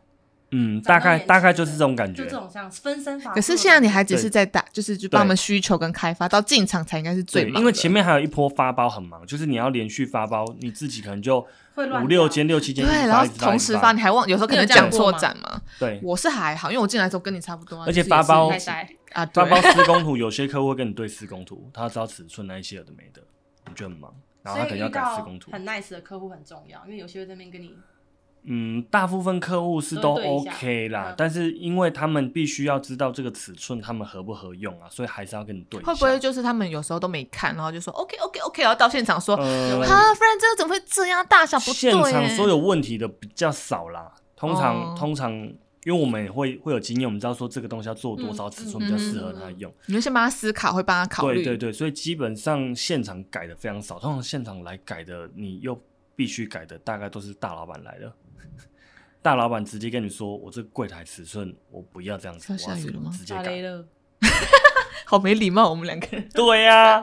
S2: 嗯，大概
S3: 长得很
S2: 大概就是这种感
S3: 就
S2: 觉
S3: 这。种像分身乏术的感觉。
S1: 可是现在你还只是
S2: 啊对
S1: 在打，就是就帮我们需求跟开发到进场才应该是最
S2: 对，
S1: 忙的，
S2: 因为前面还有一波发包很忙，就是你要连续发包，你自己可能就
S3: 会乱
S2: 五
S3: 掉
S2: 六间、六七
S1: 对，
S2: 间，一直
S1: 然后
S2: 一直
S1: 同
S2: 一直
S1: 时发，你还忘，有时候可能讲错展嘛。 (laughs)
S2: 对，
S1: 我是还好，因为我进来的时候跟你差不多啊，就
S2: 而且
S1: 是也是
S2: 发包
S3: 呆呆
S1: 啊，
S2: 发包
S1: 对，
S2: 施工图，有些客户会跟你对施工图，他知道尺寸那一些有的没的，你就很忙，然后他可能
S3: 所以
S2: 要
S3: 遇
S2: 改施
S3: 到
S2: 工图。
S3: 很 nice 的客户很重要，因为有些会在那边跟你
S2: 嗯，大部分客户是都
S3: 都对一下
S2: OK 啦，
S3: 嗯
S2: 但是因为他们必须要知道这个尺寸他们合不合用啊，所以还是要跟你对一
S1: (laughs)
S2: 下。
S1: 会不会就是他们有时候都没看，然后就说 OK OK OK，然后到现场说
S2: 呃
S1: 啊，不然这个怎么会这样，大小不对
S2: 现
S1: 耶？
S2: 场所有问题的比较少啦，通常、
S1: 哦
S2: 通常，因为我们也会会有经验，我们知道说这个东西要做多少尺寸比较适合它用。
S1: 你会先帮他思考，会帮他嗯考虑。
S2: 对对对，所以基本上现场改的非常少，通常现场来改的，你又必须改的，大概都是大老板来的。 (laughs) 大老板直接跟你说：“我这个柜台尺寸我不要这样子，
S1: 要下
S2: 我要
S1: 雨
S2: 什
S1: 了
S2: 么
S1: 吗
S2: 直接
S3: 打雷
S2: 改。
S3: 了，
S1: 好没礼貌，我们两个人。
S2: 对呀、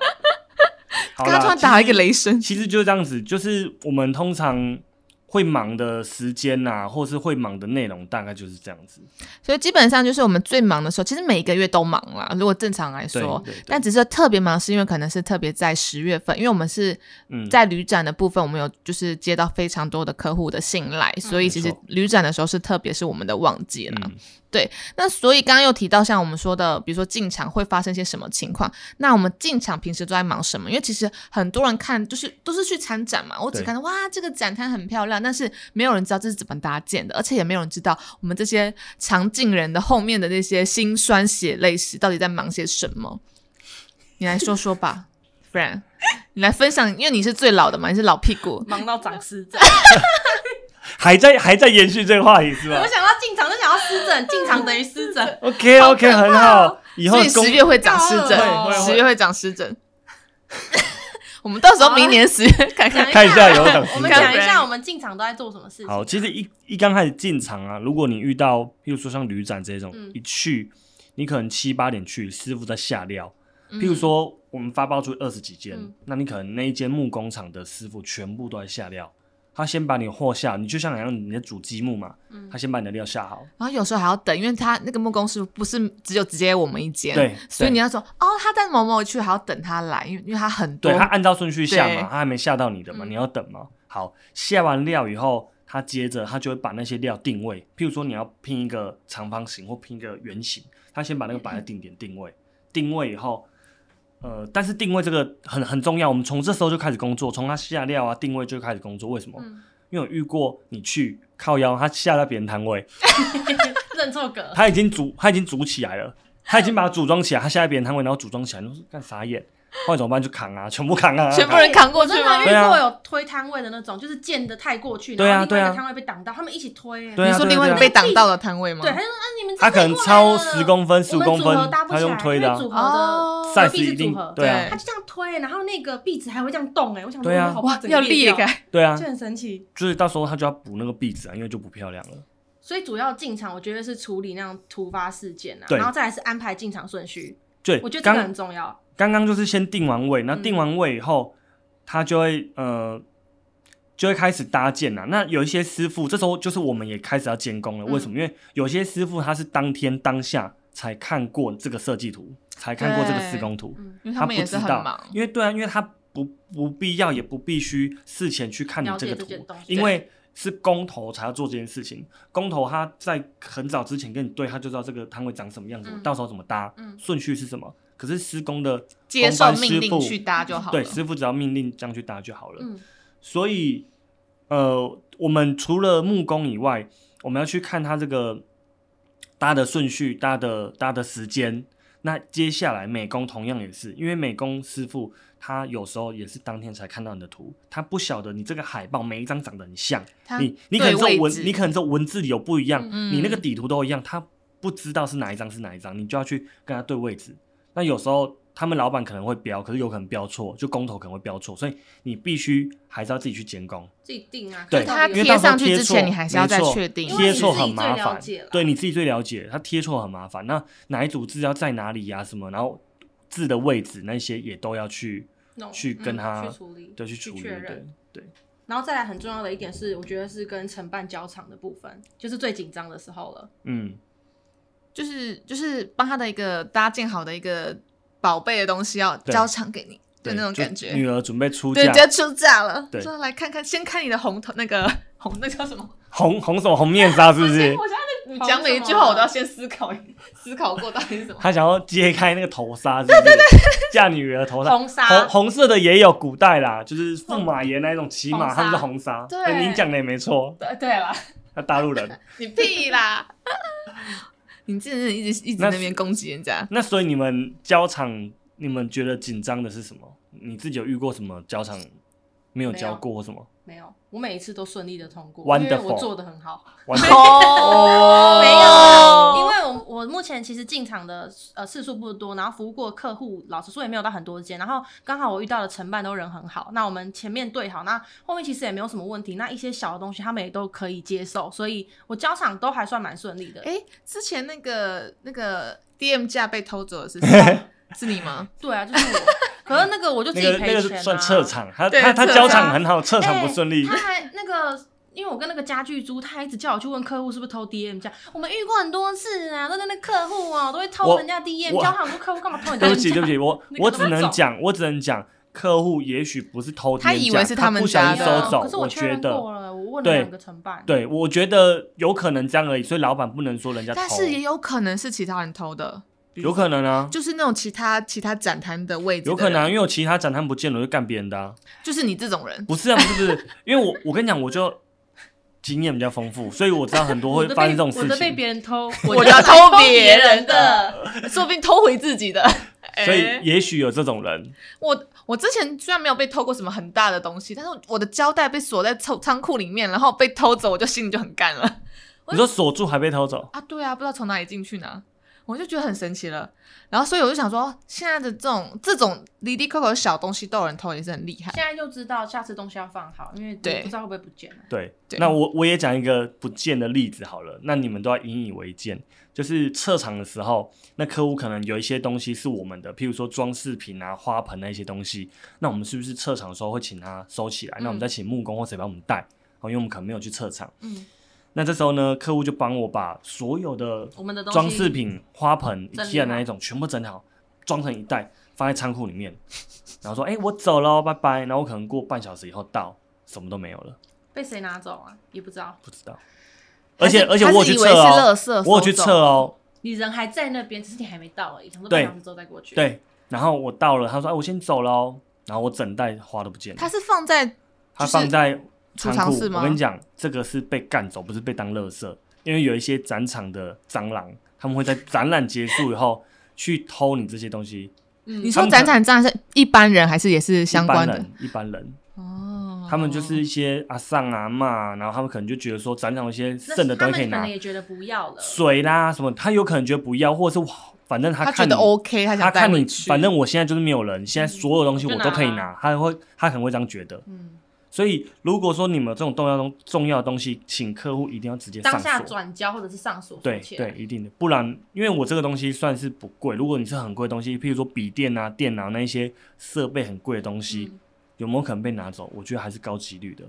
S1: (laughs)
S2: 好
S1: 刚刚突
S2: 啦
S1: 然，打了一个雷声，
S2: 其实就是这样子，就是我们通常会忙的时间呐、或是会忙的内容，大概就是这样子。
S1: 所以基本上就是我们最忙的时候，其实每一个月都忙啦。如果正常来
S2: 对
S1: 说，
S2: 对对
S1: 但只是特别忙，是因为可能是特别在十月份，因为我们是
S2: 嗯
S1: 在旅展的部分，我们有就是接到非常多的客户的信赖，所以其
S2: 嗯没
S1: 实
S2: 错
S1: 旅展的时候是特别是我们的旺季啦。
S2: 嗯
S1: 那所以刚刚又提到像我们说的，比如说进场会发生些什么情况？那我们进场平时都在忙什么？因为其实很多人看就是都是去参展嘛，我只
S2: 对
S1: 看到哇这个展摊很漂亮，但是没有人知道这是怎么搭建的，而且也没有人知道我们这些常进人的后面的那些辛酸血泪史到底在忙些什么。你来说说吧 (laughs) f r i e n d 你来分享，因为你是最老的嘛，你是老屁股。
S3: 忙到长
S2: (laughs)
S3: 湿疹。
S2: 还在还在延续这个话题是吧
S3: 我想到进场就想到湿疹，进场等于
S2: (laughs)
S3: 湿疹。
S2: ？OK OK，很好。以后
S1: 哦所以
S2: 公
S1: 十月会长湿疹
S2: 会会，会
S1: 十月会长湿疹。 (laughs) 我们到时候明年十月看看
S3: 讲
S2: 看一下有没有长
S3: 我
S2: 湿
S3: 们
S2: 疹。
S3: 讲一下我们进场都在做什么事 (laughs) 情。啊
S2: 好，其实一一刚开始进场啊，如果你遇到譬如说像旅展这种，
S3: 嗯
S2: 一去你可能七八点去，师傅在下料。譬如说我们发包出二十几间，
S3: 嗯
S2: 那你可能那一间木工厂的师傅全部都在下料。他先把你货下，你就像好像你在煮积木嘛，
S3: 嗯
S2: 他先把你的料下好，
S1: 然后有时候还要等，因为他那个木工师傅不是只有直接我们一间，
S2: 对
S1: 所以
S2: 对
S1: 你要说哦，他在某某区还要等他来，因为因为他很多
S2: 对他按照顺序下
S1: 对
S2: 嘛，他还没下到你的嘛，
S1: 嗯
S2: 你要等嘛。好，下完料以后，他接着他就会把那些料定位，譬如说你要拼一个长方形或拼一个圆形，他先把那个摆在定点定位，定位以后。呃，但是定位这个很很重要，我们从这时候就开始工作，从他下料啊定位就开始工作。为什么？
S3: 嗯
S2: 因为我遇过你去靠腰，他下到别人摊位，
S3: 认错格，
S2: 他已经组他已经组起来了，他已经把它组装起来，他下在别人摊位，然后组装起来，你说干傻眼，后来怎么办？就扛啊，全部扛啊，
S1: 全部人扛过去
S3: 真
S1: 吗
S3: 的？
S2: 对
S3: 遇
S2: 啊
S3: 过有推摊位的那种，就是建的太过去，
S2: 对
S3: 然
S2: 啊
S3: 后另
S2: 对
S3: 外一个
S2: 啊
S3: 摊位被挡到，他们一起推。欸
S2: 对啊
S1: 你说另外一个被挡到的摊位吗？
S3: 对，他就说啊，你们
S2: 他可能超十
S3: 公
S2: 公分、十五公分，他
S3: 他
S2: 用推的、
S3: 的
S2: 啊
S3: 因为，组合
S1: 哦
S3: 的
S2: 赛事
S3: 隔壁
S2: 一
S3: 是组
S2: 定
S3: 合，
S2: 对啊
S1: 对
S3: 他，就这样推，然后那个壁纸还会这样动，哎，我想说
S2: 对啊
S3: 好
S1: 哇，
S3: 整个
S1: 要裂
S3: 掉，
S1: 开，
S2: 对啊
S3: (laughs) 就，很神奇。
S2: 就是到时候他就要补那个壁纸啊，因为就不漂亮了。
S3: 所以主要进场，我觉得是处理那种突发事件啊，
S2: 对
S3: 然后再来是安排进场顺序，
S2: 对，
S3: 我觉得这个
S2: 刚
S3: 很重要。嗯
S2: 刚刚就是先定完位，那定完位以后，他就会呃就会开始搭建啦。那有一些师傅，这时候就是我们也开始要监工了。为
S3: 嗯
S2: 什么？因为有些师傅他是当天当下才看过这个设计图，才看过这个施工图，
S3: 嗯，
S1: 因为
S2: 他
S1: 们
S2: 不
S1: 也
S2: 知
S1: 是很
S2: 道
S1: 忙，。
S2: 因为对啊，因为他不不必要，也不必须事前去看你
S3: 了
S2: 这
S3: 解
S2: 个
S3: 这
S2: 图
S3: 件东，西
S2: 因为是公投才要做这件事情。公投他在很早之前跟你对，他就知道这个摊位长什么样子，
S3: 嗯
S2: 到时候怎么搭，
S3: 嗯
S2: 顺序是什么。可是施工的
S1: 接
S2: 公
S1: 受
S2: 关
S1: 命
S2: 师傅
S1: 令去搭就好了
S2: 对，。师傅只要命令这样去搭就好了。
S3: 嗯
S2: 所以，呃，我们除了木工以外，我们要去看它这个搭的顺序、搭的搭的时间。那接下来美工同样也是，因为美工师傅他有时候也是当天才看到你的图，他不晓得你这个海报每一张长得很像，
S1: 他
S2: 你你可能
S1: 对
S2: 这
S1: 位
S2: 文
S1: 置
S2: 你可能这文字有不一样，
S1: 嗯
S2: 你那个底图都一样，他不知道是哪一张是哪一张，你就要去跟他对位置。那有时候他们老板可能会标，可是有可能标错，就工头可能会标错，所以你必须还是要自己去监工。
S3: 自己定啊，
S2: 对
S3: 就
S1: 他
S3: 是
S2: 因为
S1: 贴
S2: 到时候
S1: 上去
S2: 贴
S1: 之
S2: 错
S1: 前你还是要再
S2: 没错
S1: 确定
S2: 贴错很麻
S3: 因为你
S2: 烦
S3: 自己最了解啦，
S2: 对你自己最了解，他贴错很麻烦。那哪一组字要在哪里呀、什么，然后字的位置那些也都要去
S3: 弄
S2: 去跟
S3: 嗯
S2: 他
S3: 去处理，
S2: 对去处理，
S3: 确
S2: 对
S3: 认。
S2: 对，
S3: 然后再来很重要的一点是，我觉得是跟承办交场的部分，就是最紧张的时候了。
S2: 嗯，
S1: 就是就是帮他的一个搭建好的一个宝贝的东西要
S2: 对
S1: 交场给你的那种
S2: 就
S1: 感觉。
S2: 女儿准备出
S1: 对，
S2: 嫁
S1: 人，家出嫁了，
S2: 对
S1: 说来看看，先看你的红头那个 (laughs) 红那叫什么？
S2: 红红什么红面纱是
S1: (laughs)
S2: 不是？
S3: 哎我现在
S1: 你讲每一句话，我都要先思考一思考过到底是什么。
S2: 他想要揭开那个
S1: (laughs)
S2: 头纱，是不是？嫁女儿头纱，
S3: 红纱
S2: 红红色的也有古代啦，就是驸马爷那一种骑马，
S3: 红纱
S2: 他们是红纱。
S1: 对
S2: 您讲的也没错，
S3: 对对啦，
S2: 他大
S1: (laughs)
S2: 陆人。
S1: 你屁啦！ (laughs) 你真的一直一直
S2: 那
S1: 在那边攻击人家。
S2: 那所以你们交场，你们觉得紧张的是什么？你自己有遇过什么交场没有
S3: 没有
S2: 教过或什么？
S3: 没有，我每一次都顺利的通过
S2: Wonderful
S3: 因为我做的很好。
S2: 完全
S1: 哦
S3: 没有啦，因为我我目前其实进场的呃次数不多，然后服务过的客户，老实说也没有到很多间。然后刚好我遇到的承办都人很好，那我们前面对好，那后面其实也没有什么问题。那一些小的东西他们也都可以接受，所以我交场都还算蛮顺利的。
S1: 哎、之前那个那个 DM 架被偷走的
S2: (laughs)
S1: 是谁？是你吗？
S3: 对啊，就是我。可是那个我就
S2: (laughs)
S3: 自
S2: 那
S3: 己
S2: 个
S3: 赔
S2: 那
S3: 钱、啊
S2: 个算撤场，他
S1: 对
S2: 他他
S1: 撤
S2: 交
S1: 场
S2: 场很好，撤场不
S3: 哎
S2: 顺利。
S3: 他还那个，因为我跟那个家具租，他还一直叫我去问客户是不是偷 DM 价，我们遇过很多次啊，都在那客户哦、都会偷
S2: 我
S3: 人家 DM，
S2: 我
S3: 教他们说客户干嘛偷你 DM 价？
S2: (laughs) 对不起，对不起，我
S3: 那个
S2: 我
S3: 都
S2: 只
S3: 不
S2: 能
S3: 走
S2: 讲，我只能讲，客户也许不是偷
S1: 他
S2: 店
S1: 以
S2: 家
S1: 为是他们
S2: 不小
S3: 没
S2: 心
S3: 有，
S1: 家的
S2: 收走，
S3: 啊可是
S2: 我
S3: 确
S2: 觉
S3: 认过
S2: 得，
S3: 了，我问了
S2: 对
S3: 两个承办，
S2: 对我觉得有可能这样而已，所以老板不能说人家偷，
S1: 但是也有可能是其他人偷的，比如
S2: 有可能啊，
S1: 就是那种其他其他展摊的位置的
S2: 有可能、啊，
S1: 人
S2: 因为我其他展摊不见了，我就干别人的、啊，
S1: 就是你这种人。
S2: 不是啊，不是不是，因为我我跟你讲，我就经验比较丰富，所以我知道很多
S3: 我
S2: 会
S3: 的
S2: 发生
S3: 被
S2: 这种
S3: 我
S2: 事
S3: 的被
S2: 情，
S3: 别人偷，
S1: (laughs) 我
S3: 就
S1: 要
S3: 偷
S1: 偷别人
S3: 人的，
S1: 说不定偷回自己的。
S2: 所
S1: 哎
S2: 以也许有这种人，
S1: 我我之前虽然没有被偷过什么很大的东西，但是我的胶带被锁在仓仓库里面，然后被偷走，我就心里就很干了。 (laughs) 我
S2: 你说锁住还被偷走，
S1: 啊，对啊，不知道从哪里进去呢，我就觉得很神奇了。然后所以我就想说，哦现在的这种这种离离扣扣的小东西都有人偷，也是很厉害。
S3: 现在就知道下次东西要放好，因为
S1: 对
S3: 你不知道会不会不见了。
S2: 对，
S1: 对
S2: 那我我也讲一个不见的例子好了，那你们都要引以为鉴。就是撤场的时候，那客户可能有一些东西是我们的，譬如说装饰品啊、花盆那些东西，那我们是不是撤场的时候会请他收起来？那我
S3: 嗯
S2: 们再请木工或谁帮我们带？哦，因为我们可能没有去撤场。
S1: 嗯，
S2: 那这时候呢，客户就帮我把所有的
S3: 我们的东西
S2: 装饰品、花盆、
S3: 整理
S2: IKEA 那一种全部整理好，装成一袋放在仓库里面，然后说：“哎、我走喽，拜拜。”然后我可能过半小时以后到，什么都没有了。
S3: 被谁拿走啊？也不知道，
S2: 不知道。而且而且
S1: 他
S2: 我
S1: 是
S2: 有去
S1: 以
S2: 测
S1: 为是垃
S2: 哦，
S1: 圾，
S2: 我有去测。哦，
S3: 你人还在那边，只是你还没到而已，想说
S2: 对
S3: 半小时之后再过去。，
S2: 对。然后我到了，他说：“哎，我先走了哦。”然后我整袋花都不见了。
S1: 它是放在
S2: 他放在
S1: 储
S2: 仓
S1: 藏
S2: 库
S1: 室，吗
S2: 我跟你讲，这个是被干走，不是被当垃圾。因为有一些展场的蟑螂，他们会在展览结束以后去偷你这些东西。
S3: 嗯
S1: 你说展场这样是一般人还是也是相关
S2: 一般
S1: 的？
S2: 人，一般人，
S1: 哦，
S2: 他们就是一些阿上阿骂，然后他们可能就觉得说展场有一些
S3: 那
S2: 剩的东西
S1: 哦
S2: 可以
S3: 他们可
S2: 拿
S3: 能，也觉得不要了。
S2: 水啦什么，他有可能觉得不要，或者是哇反正
S1: 他
S2: 他
S1: 觉
S2: 看
S1: 得
S2: 你
S1: OK，他
S2: 他
S1: 想带
S2: 看
S1: 回
S2: 你，
S1: 去。嗯
S2: 反正我现在就是没有人，现在所有东西我都可以
S3: 就拿
S1: 啊
S2: 拿，他会他可能会这样觉得。
S3: 嗯，
S2: 所以如果说你们有这种重要东重要的东西，请客户一定要直接
S3: 当
S2: 上
S3: 下
S2: 锁。
S3: 转交或者是上锁
S2: 对
S3: 锁
S1: 啊
S3: 起来
S2: 对，一定的，不然因为我这个东西算是不贵。如果你是很贵的东西，譬如说笔电啊、电脑那一些设备很贵的东西，
S3: 嗯
S2: 有没有可能被拿走？我觉得还是高几率的。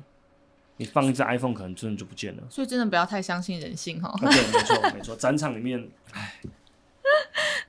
S2: 你放一只 iPhone 可能真的就不见了。
S1: 所以真的不要太相信人性哦哈。
S2: 啊对，没错没错，展场里面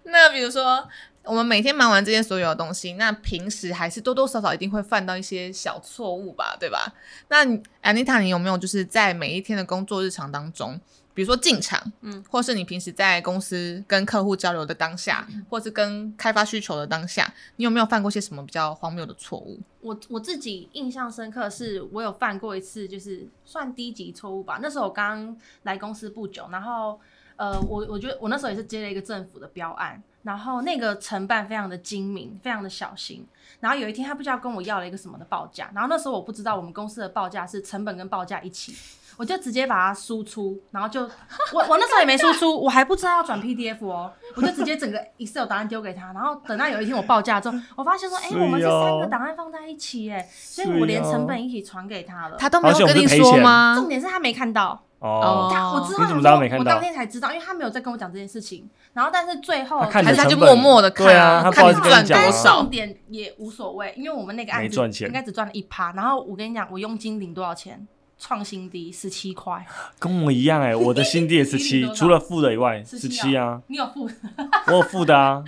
S1: 那比如说，我们每天忙完这些所有的东西，那平时还是多多少少一定会犯到一些小错误吧，对吧？那你安妮塔，你有没有就是在每一天的工作日常当中，比如说进场，
S3: 嗯，
S1: 或是你平时在公司跟客户交流的当下，或是跟开发需求的当下，你有没有犯过些什么比较荒谬的错误？
S3: 我我自己印象深刻是，我有犯过一次，就是算低级错误吧。那时候我刚来公司不久，然后呃，我我觉得我那时候也是接了一个政府的标案，然后那个承办非常的精明，非常的小心。然后有一天他不知道跟我要了一个什么的报价，然后那时候我不知道我们公司的报价是成本跟报价一起。我就直接把它输出，然后就我我那时候也没输出，我还不知道要转 PDF 哦，我就直接整个 Excel 档案丢给他，然后等到有一天我报价之后，我发现说，哎、
S2: 是
S3: 我们是三
S2: 哦
S3: 个档案放在一起，哎，所以我连成本一起传给他了。
S1: 他都没有
S2: 而且我
S1: 跟
S2: 们
S1: 你
S2: 是赔
S1: 说
S2: 钱
S1: 吗
S3: 重？点是他没看到，
S2: 哦，
S3: 他我之后
S2: 你怎么知道
S3: 有
S2: 没看
S3: 我
S2: 到
S3: 当天才知道，因为他没有再跟我讲这件事情。然后但是最后
S2: 他看
S1: 还
S2: 你
S1: 是
S2: 的
S1: 他就
S2: 成
S1: 默
S2: 本
S1: 默的看
S2: 对啊他不
S1: 看
S2: 好
S1: 你
S2: 意思跟
S1: 赚
S2: 你
S1: 多
S2: 讲啊
S3: 但
S1: 少
S3: 重？点也无所谓，因为我们那个
S2: 没
S3: 案子
S2: 赚钱
S3: 应该只赚了一趴。然后我跟你讲，我佣金领多少钱？创新低十七块，
S2: 跟我一样哎、我的新地也十
S3: 你领 (laughs)
S2: 七
S3: 多，少
S2: 除了付的以外，十
S3: 17
S2: 七啊，
S3: 你有付？ (laughs)
S2: 我有付的啊，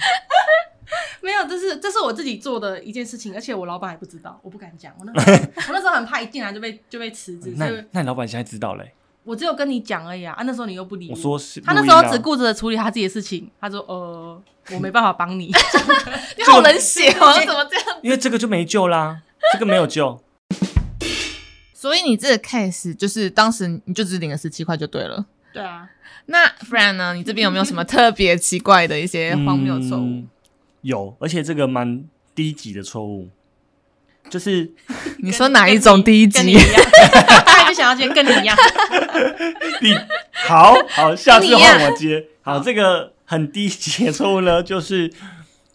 S3: 没有，这是这是我自己做的一件事情，而且我老板还不知道，我不敢讲。我那时候
S2: (laughs)
S3: 我那时候很怕一进来就被就被辞职，所
S2: 那
S3: 以
S2: 那你老板现在知道嘞、
S3: 我只有跟你讲而已啊。啊，那时候你又不理
S2: 我说啊是、
S3: 他那时候只顾着处理他自己的事情，他说：“呃，我没办法帮你。
S1: 你好冷血 (laughs) 哦，怎么这样？
S2: 因为这个就没救啦，这个没有
S3: (laughs)
S2: 救。
S1: 所以你这个 case 就是当时你就只领了十七块就对了。”
S3: 对啊，
S1: 那 Fran 呢？你这边有没有什么特别奇怪的一些荒谬错误？
S2: 嗯有，而且这个蛮低级的错误。就是
S1: 你说哪一种第一
S3: 跟你一
S1: 集？
S3: 样，他就想要今天跟你一
S1: (laughs)
S3: 样，
S2: 你好
S3: (laughs)
S2: 好，下次
S3: 你呀
S2: 换我接。好，这个很低级的错误呢，就是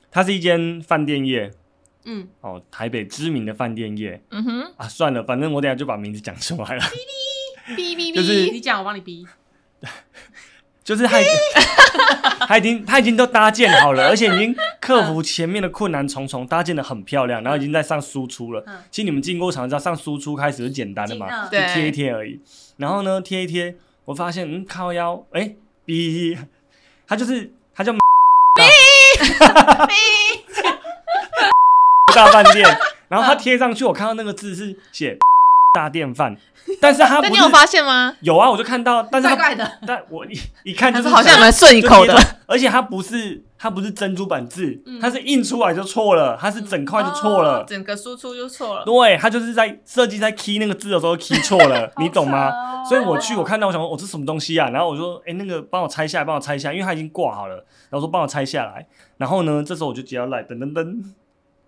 S2: 它是一间饭店业
S3: 嗯，
S2: 哦，台北知名的饭店业
S1: 嗯哼，
S2: 啊。算了，反正我等一下就把名字讲出来了。
S1: 哔哔
S2: 就是
S3: 你讲我帮你逼，
S2: 就是他已经他已经他已经都搭建好了，而且已经克服前面的困难重重，搭建的很漂亮，然后已经在上输出了。
S3: 嗯
S2: 其实你们进过场知道，上输出开始是简单的嘛，
S3: 紧了
S2: 就
S1: 对
S2: 贴一贴而已。然后呢，贴一贴，我发现嗯靠腰，哎、比他就是他 (laughs) 叫大饭店，然后他贴上去，我看到那个字是写大店饭，但是他不
S1: 但
S2: 是
S1: 你有发现吗？
S2: 有啊，我就看到，但是
S3: 怪
S2: 他
S3: 怪的，
S2: 但我一一看就
S1: 还
S2: 是
S1: 是好像蛮顺一
S2: 就
S1: 口
S2: 贴
S1: 的
S2: 的，，而且它不是它不是珍珠板字，
S3: 嗯
S2: 它是印出来就错了，它是整块就错了。
S1: 哦整个输出就错了。
S2: 对，它就是在设计在 key 那个字的时候 key 错
S1: (laughs)
S2: 了，你懂吗？
S3: 好扯哦
S2: 所以我去，我看到我想说，我、哦、这什么东西啊？然后我说，哎、那个帮我拆下来，帮我拆下来，因为它已经挂好了。然后说帮我拆下来，然后呢，这时候我就接到来，噔噔噔，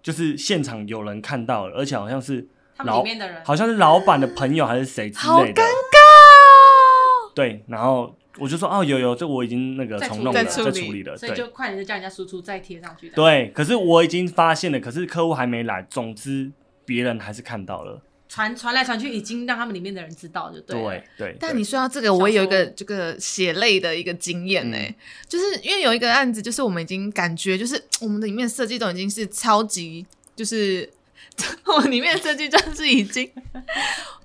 S2: 就是现场有人看到了，而且好像是
S3: 他们里面的人，
S2: 好像是老板的朋友还是谁之
S1: 好
S2: 类的
S1: 尴。哦尬
S2: 对，然后我就说，哦，有有，这我已经那个
S3: 在处
S2: 重
S3: 理
S2: 弄了，
S1: 在处
S2: 在
S1: 理
S2: 处理了，
S3: 所以
S2: 对。
S3: 就快点就叫人家输出再贴上去的，
S2: 对，可是我已经发现了，可是客户还没来。总之，别人还是看到了。
S3: 传传来传去，已经让他们里面的人知道就对了，啊
S2: 对对，
S1: 但
S2: 对
S1: 你说到这个，我也有一个这个血泪的一个经验呢、
S2: 嗯
S1: 就是因为有一个案子，就是我们已经感觉就是我们的里面设计都已经是超级，就是 (laughs) 我们里面的设计就是已经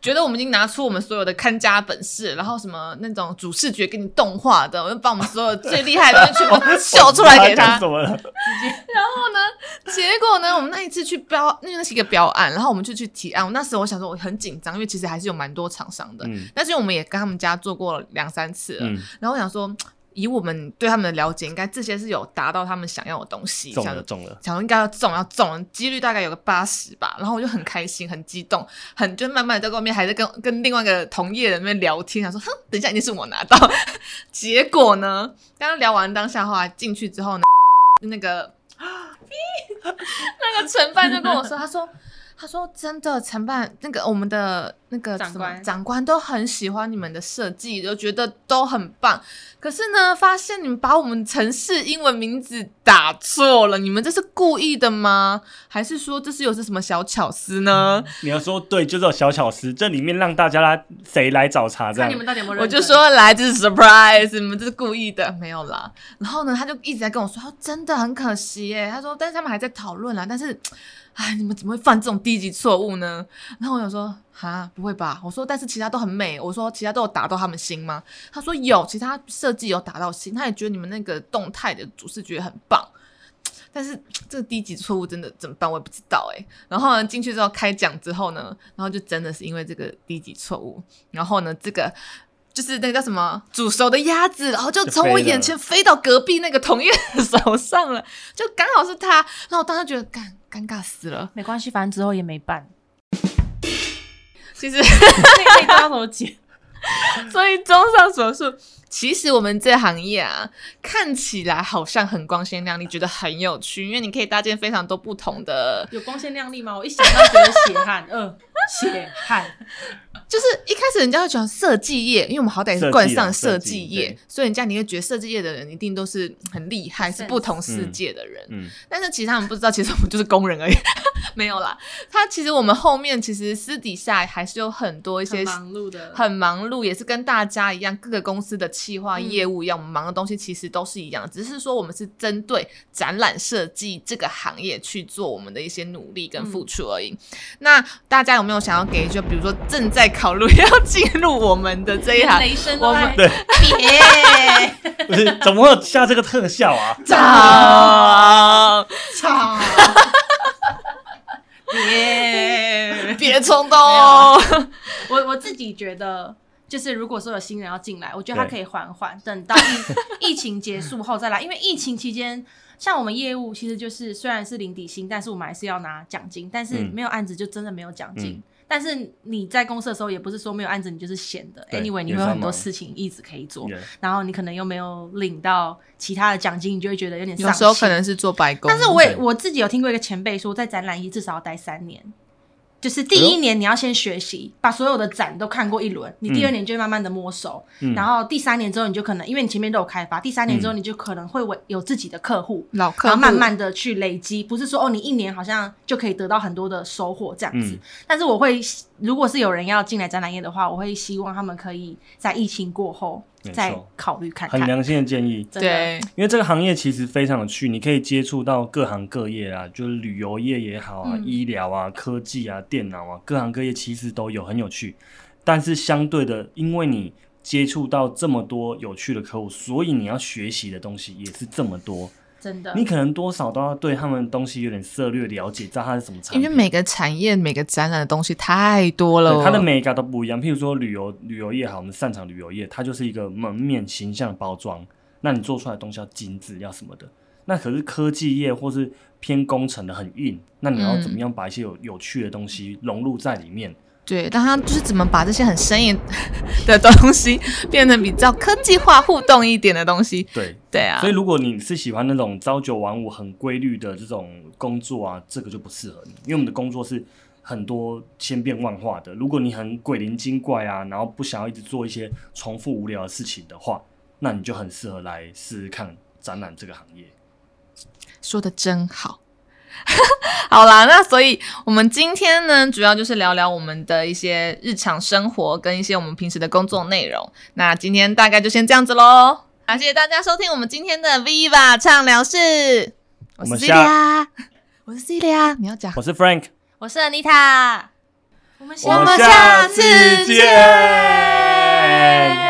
S1: 觉得我们已经拿出我们所有的看家本事，然后什么那种主视觉给你动画的，我就把我们所有最厉害的东西全部秀出来给
S2: 他
S1: 他
S2: 讲。什么了？
S3: (laughs)
S1: 结果呢，我们那一次去标，那个是一个标案，然后我们就去提案。我那时候我想说我很紧张，因为其实还是有蛮多厂商的，
S2: 嗯
S1: 但是我们也跟他们家做过两三次
S3: 啊
S1: 了。
S2: 嗯，
S1: 然后我想说，以我们对他们的了解，应该这些是有达到他们想要的东西，
S2: 中
S1: 想
S2: 了中了。
S1: 想说应该要中，要中，几率大概有个八十吧。然后我就很开心，很激动，很就慢慢地在外面还在跟跟另外一个同业人那边聊天，想说，哼，等一下一定是我拿到。 (laughs) 结果呢，刚刚聊完当下后来进去之后呢，那个 (laughs) 那个承办就跟我说，他说。他说：“真的，承办那个我们的那个
S3: 长
S1: 什么
S3: 官
S1: 长官都很喜欢你们的设计，都觉得都很棒。可是呢，发现你们把我们城市英文名字打错了，你们这是故意的吗？还是说这是有是什么小巧思呢？
S2: 你要说对，就是有小巧思，这里面让大家谁来找茬这
S3: 看
S2: 样
S3: 你。们到底有没有
S1: 我
S3: 认真
S1: 就，说来，这是 surprise，你们这是故意的，没有啦。然后呢，他就一直在跟我说，他说真的很可惜耶。他说，但是他们还在讨论啊啦，但是，哎，你们怎么会犯这种低级错误呢？然后我想说，哈，不会吧？我说，但是其他都很美，我说其他都有打到他们心吗？他说有，其他设计有打到心，他也觉得你们那个动态的主视觉很棒。但是这个低级错误真的怎么办？我也不知道哎、然后呢，进去之后开讲之后呢，然后就真的是因为这个低级错误，然后呢，这个就是那个叫什么煮熟的鸭子，然后就从我
S2: 就飞了
S1: 眼前飞到隔壁那个同业的手上了，就刚好是他。然后我当时觉得尴尴尬死了。
S3: 没关系，反正之后也没办，
S1: 其实
S3: (laughs) 那那到怎么解？
S1: 所以综上所述，其实我们这行业啊，看起来好像很光鲜亮丽，觉得很有趣，因为你可以搭建非常多不同的，
S3: 有光鲜亮丽吗？我一想到觉得血汗，嗯，血汗，
S1: 就是一开始人家会讲设计业，因为我们好歹也是冠上设计
S2: 设计
S1: 业
S2: 对，
S1: 所以人家你会觉得设计业的人一定都是很厉害，是不同世界的人。
S2: 嗯， (laughs)
S1: 但是其实他们不知道，其实我们就是工人而已， (laughs) 没有啦。他其实我们后面其实私底下还是有很多一些
S3: 很忙碌的，
S1: 很忙碌，也是跟大家一样，各个公司的企划
S3: 嗯
S1: 业务一样，我们忙的东西其实都是一样，只是说我们是针对展览设计这个行业去做我们的一些努力
S3: 嗯
S1: 跟付出而已。那大家有没有想要给，就比如说正在考虑要进入我们的这一行？
S3: 雷声
S1: 我
S3: 都
S1: 们
S3: 在
S2: 对 (laughs)
S3: 别。
S2: 不是，怎么会有下这个特效
S3: (laughs)
S2: 啊？
S1: 找
S2: (laughs)
S3: 操！耶！
S1: 别冲动
S3: 没
S1: 哦！
S3: 我我自己觉得，就是如果说有新人要进来，我觉得
S2: 对
S3: 他可以缓缓，等到疫 (laughs) 疫情结束后再来，因为疫情期间。像我们业务其实就是虽然是零底薪，但是我们还是要拿奖金，但是
S2: 嗯
S3: 没有案子就真的没有奖金。
S2: 嗯
S3: 但是你在公司的时候也不是说没有案子你就是闲的
S2: 对
S3: ，anyway 你
S2: 也
S3: 会有
S2: 算
S3: 很多
S2: 忙
S3: 事情一直可以做
S2: Yeah，
S3: 然后你可能又没有领到其他的奖金，你就会觉得有点
S1: 有
S3: 丧
S1: 时候
S3: 气
S1: 可能是做白工，
S3: 但是我也
S2: 对
S3: 我自己有听过一个前辈说，在展览业至少要待三年，
S2: 哎
S3: 就是第一年你要先学习，把所有的展都看过一轮，你第二年就会慢慢的摸熟，
S2: 嗯
S3: 然后第三年之后你就可能，因为你前面都有开发，第三年之后你就可能会为有自己的客户，
S1: 老客
S3: 然
S1: 户
S3: 后慢慢的去累积，不是说哦你一年好像就可以得到很多的收获这样子。
S2: 嗯
S3: 但是我会，如果是有人要进来展览业的话，我会希望他们可以在疫情过后
S2: 没错
S3: 再考虑看
S2: 很
S3: 看。
S2: 良心的建议。
S3: 真的
S1: 对，
S2: 因为这个行业其实非常有趣，你可以接触到各行各业啊，就是旅游业也好啊、
S3: 嗯
S2: 医疗啊、科技啊、电脑啊，各行各业其实都有，很有趣。但是相对的，因为你接触到这么多有趣的客户，所以你要学习的东西也是这么多，
S3: 真的，
S2: 你可能多少都要对他们东西有点涉略了解，知道它是什么产
S1: 因
S2: 品
S1: 为。每个产业、每个展览的东西太多了，
S2: 对它的美感都不一样。譬如说旅游旅游业好，我们擅长旅游业，它就是一个门面形象包装，那你做出来的东西要精致，要什么的。那可是科技业或是偏工程的很硬，那你要怎么样把一些有有趣的东西融入在里面？
S1: 对，但他就是怎么把这些很生硬的东西变得比较科技化、互动一点的东西。
S2: 对，
S1: 对啊，
S2: 所以如果你是喜欢那种朝九晚五很规律的这种工作啊，这个就不适合你，因为我们的工作是很多千变万化的。如果你很鬼灵精怪啊，然后不想要一直做一些重复无聊的事情的话，那你就很适合来试试看展览这个行业。
S1: 说的真好。 (laughs) 好啦，那所以我们今天呢，主要就是聊聊我们的一些日常生活跟一些我们平时的工作内容。那今天大概就先这样子喽，感谢大家收听我们今天的 Viva 畅聊室，我是
S2: 我们下
S1: Celia，我是 Celia，你要讲，
S2: 我是 Frank，
S3: 我是 Anita，我们
S1: 我们下次见。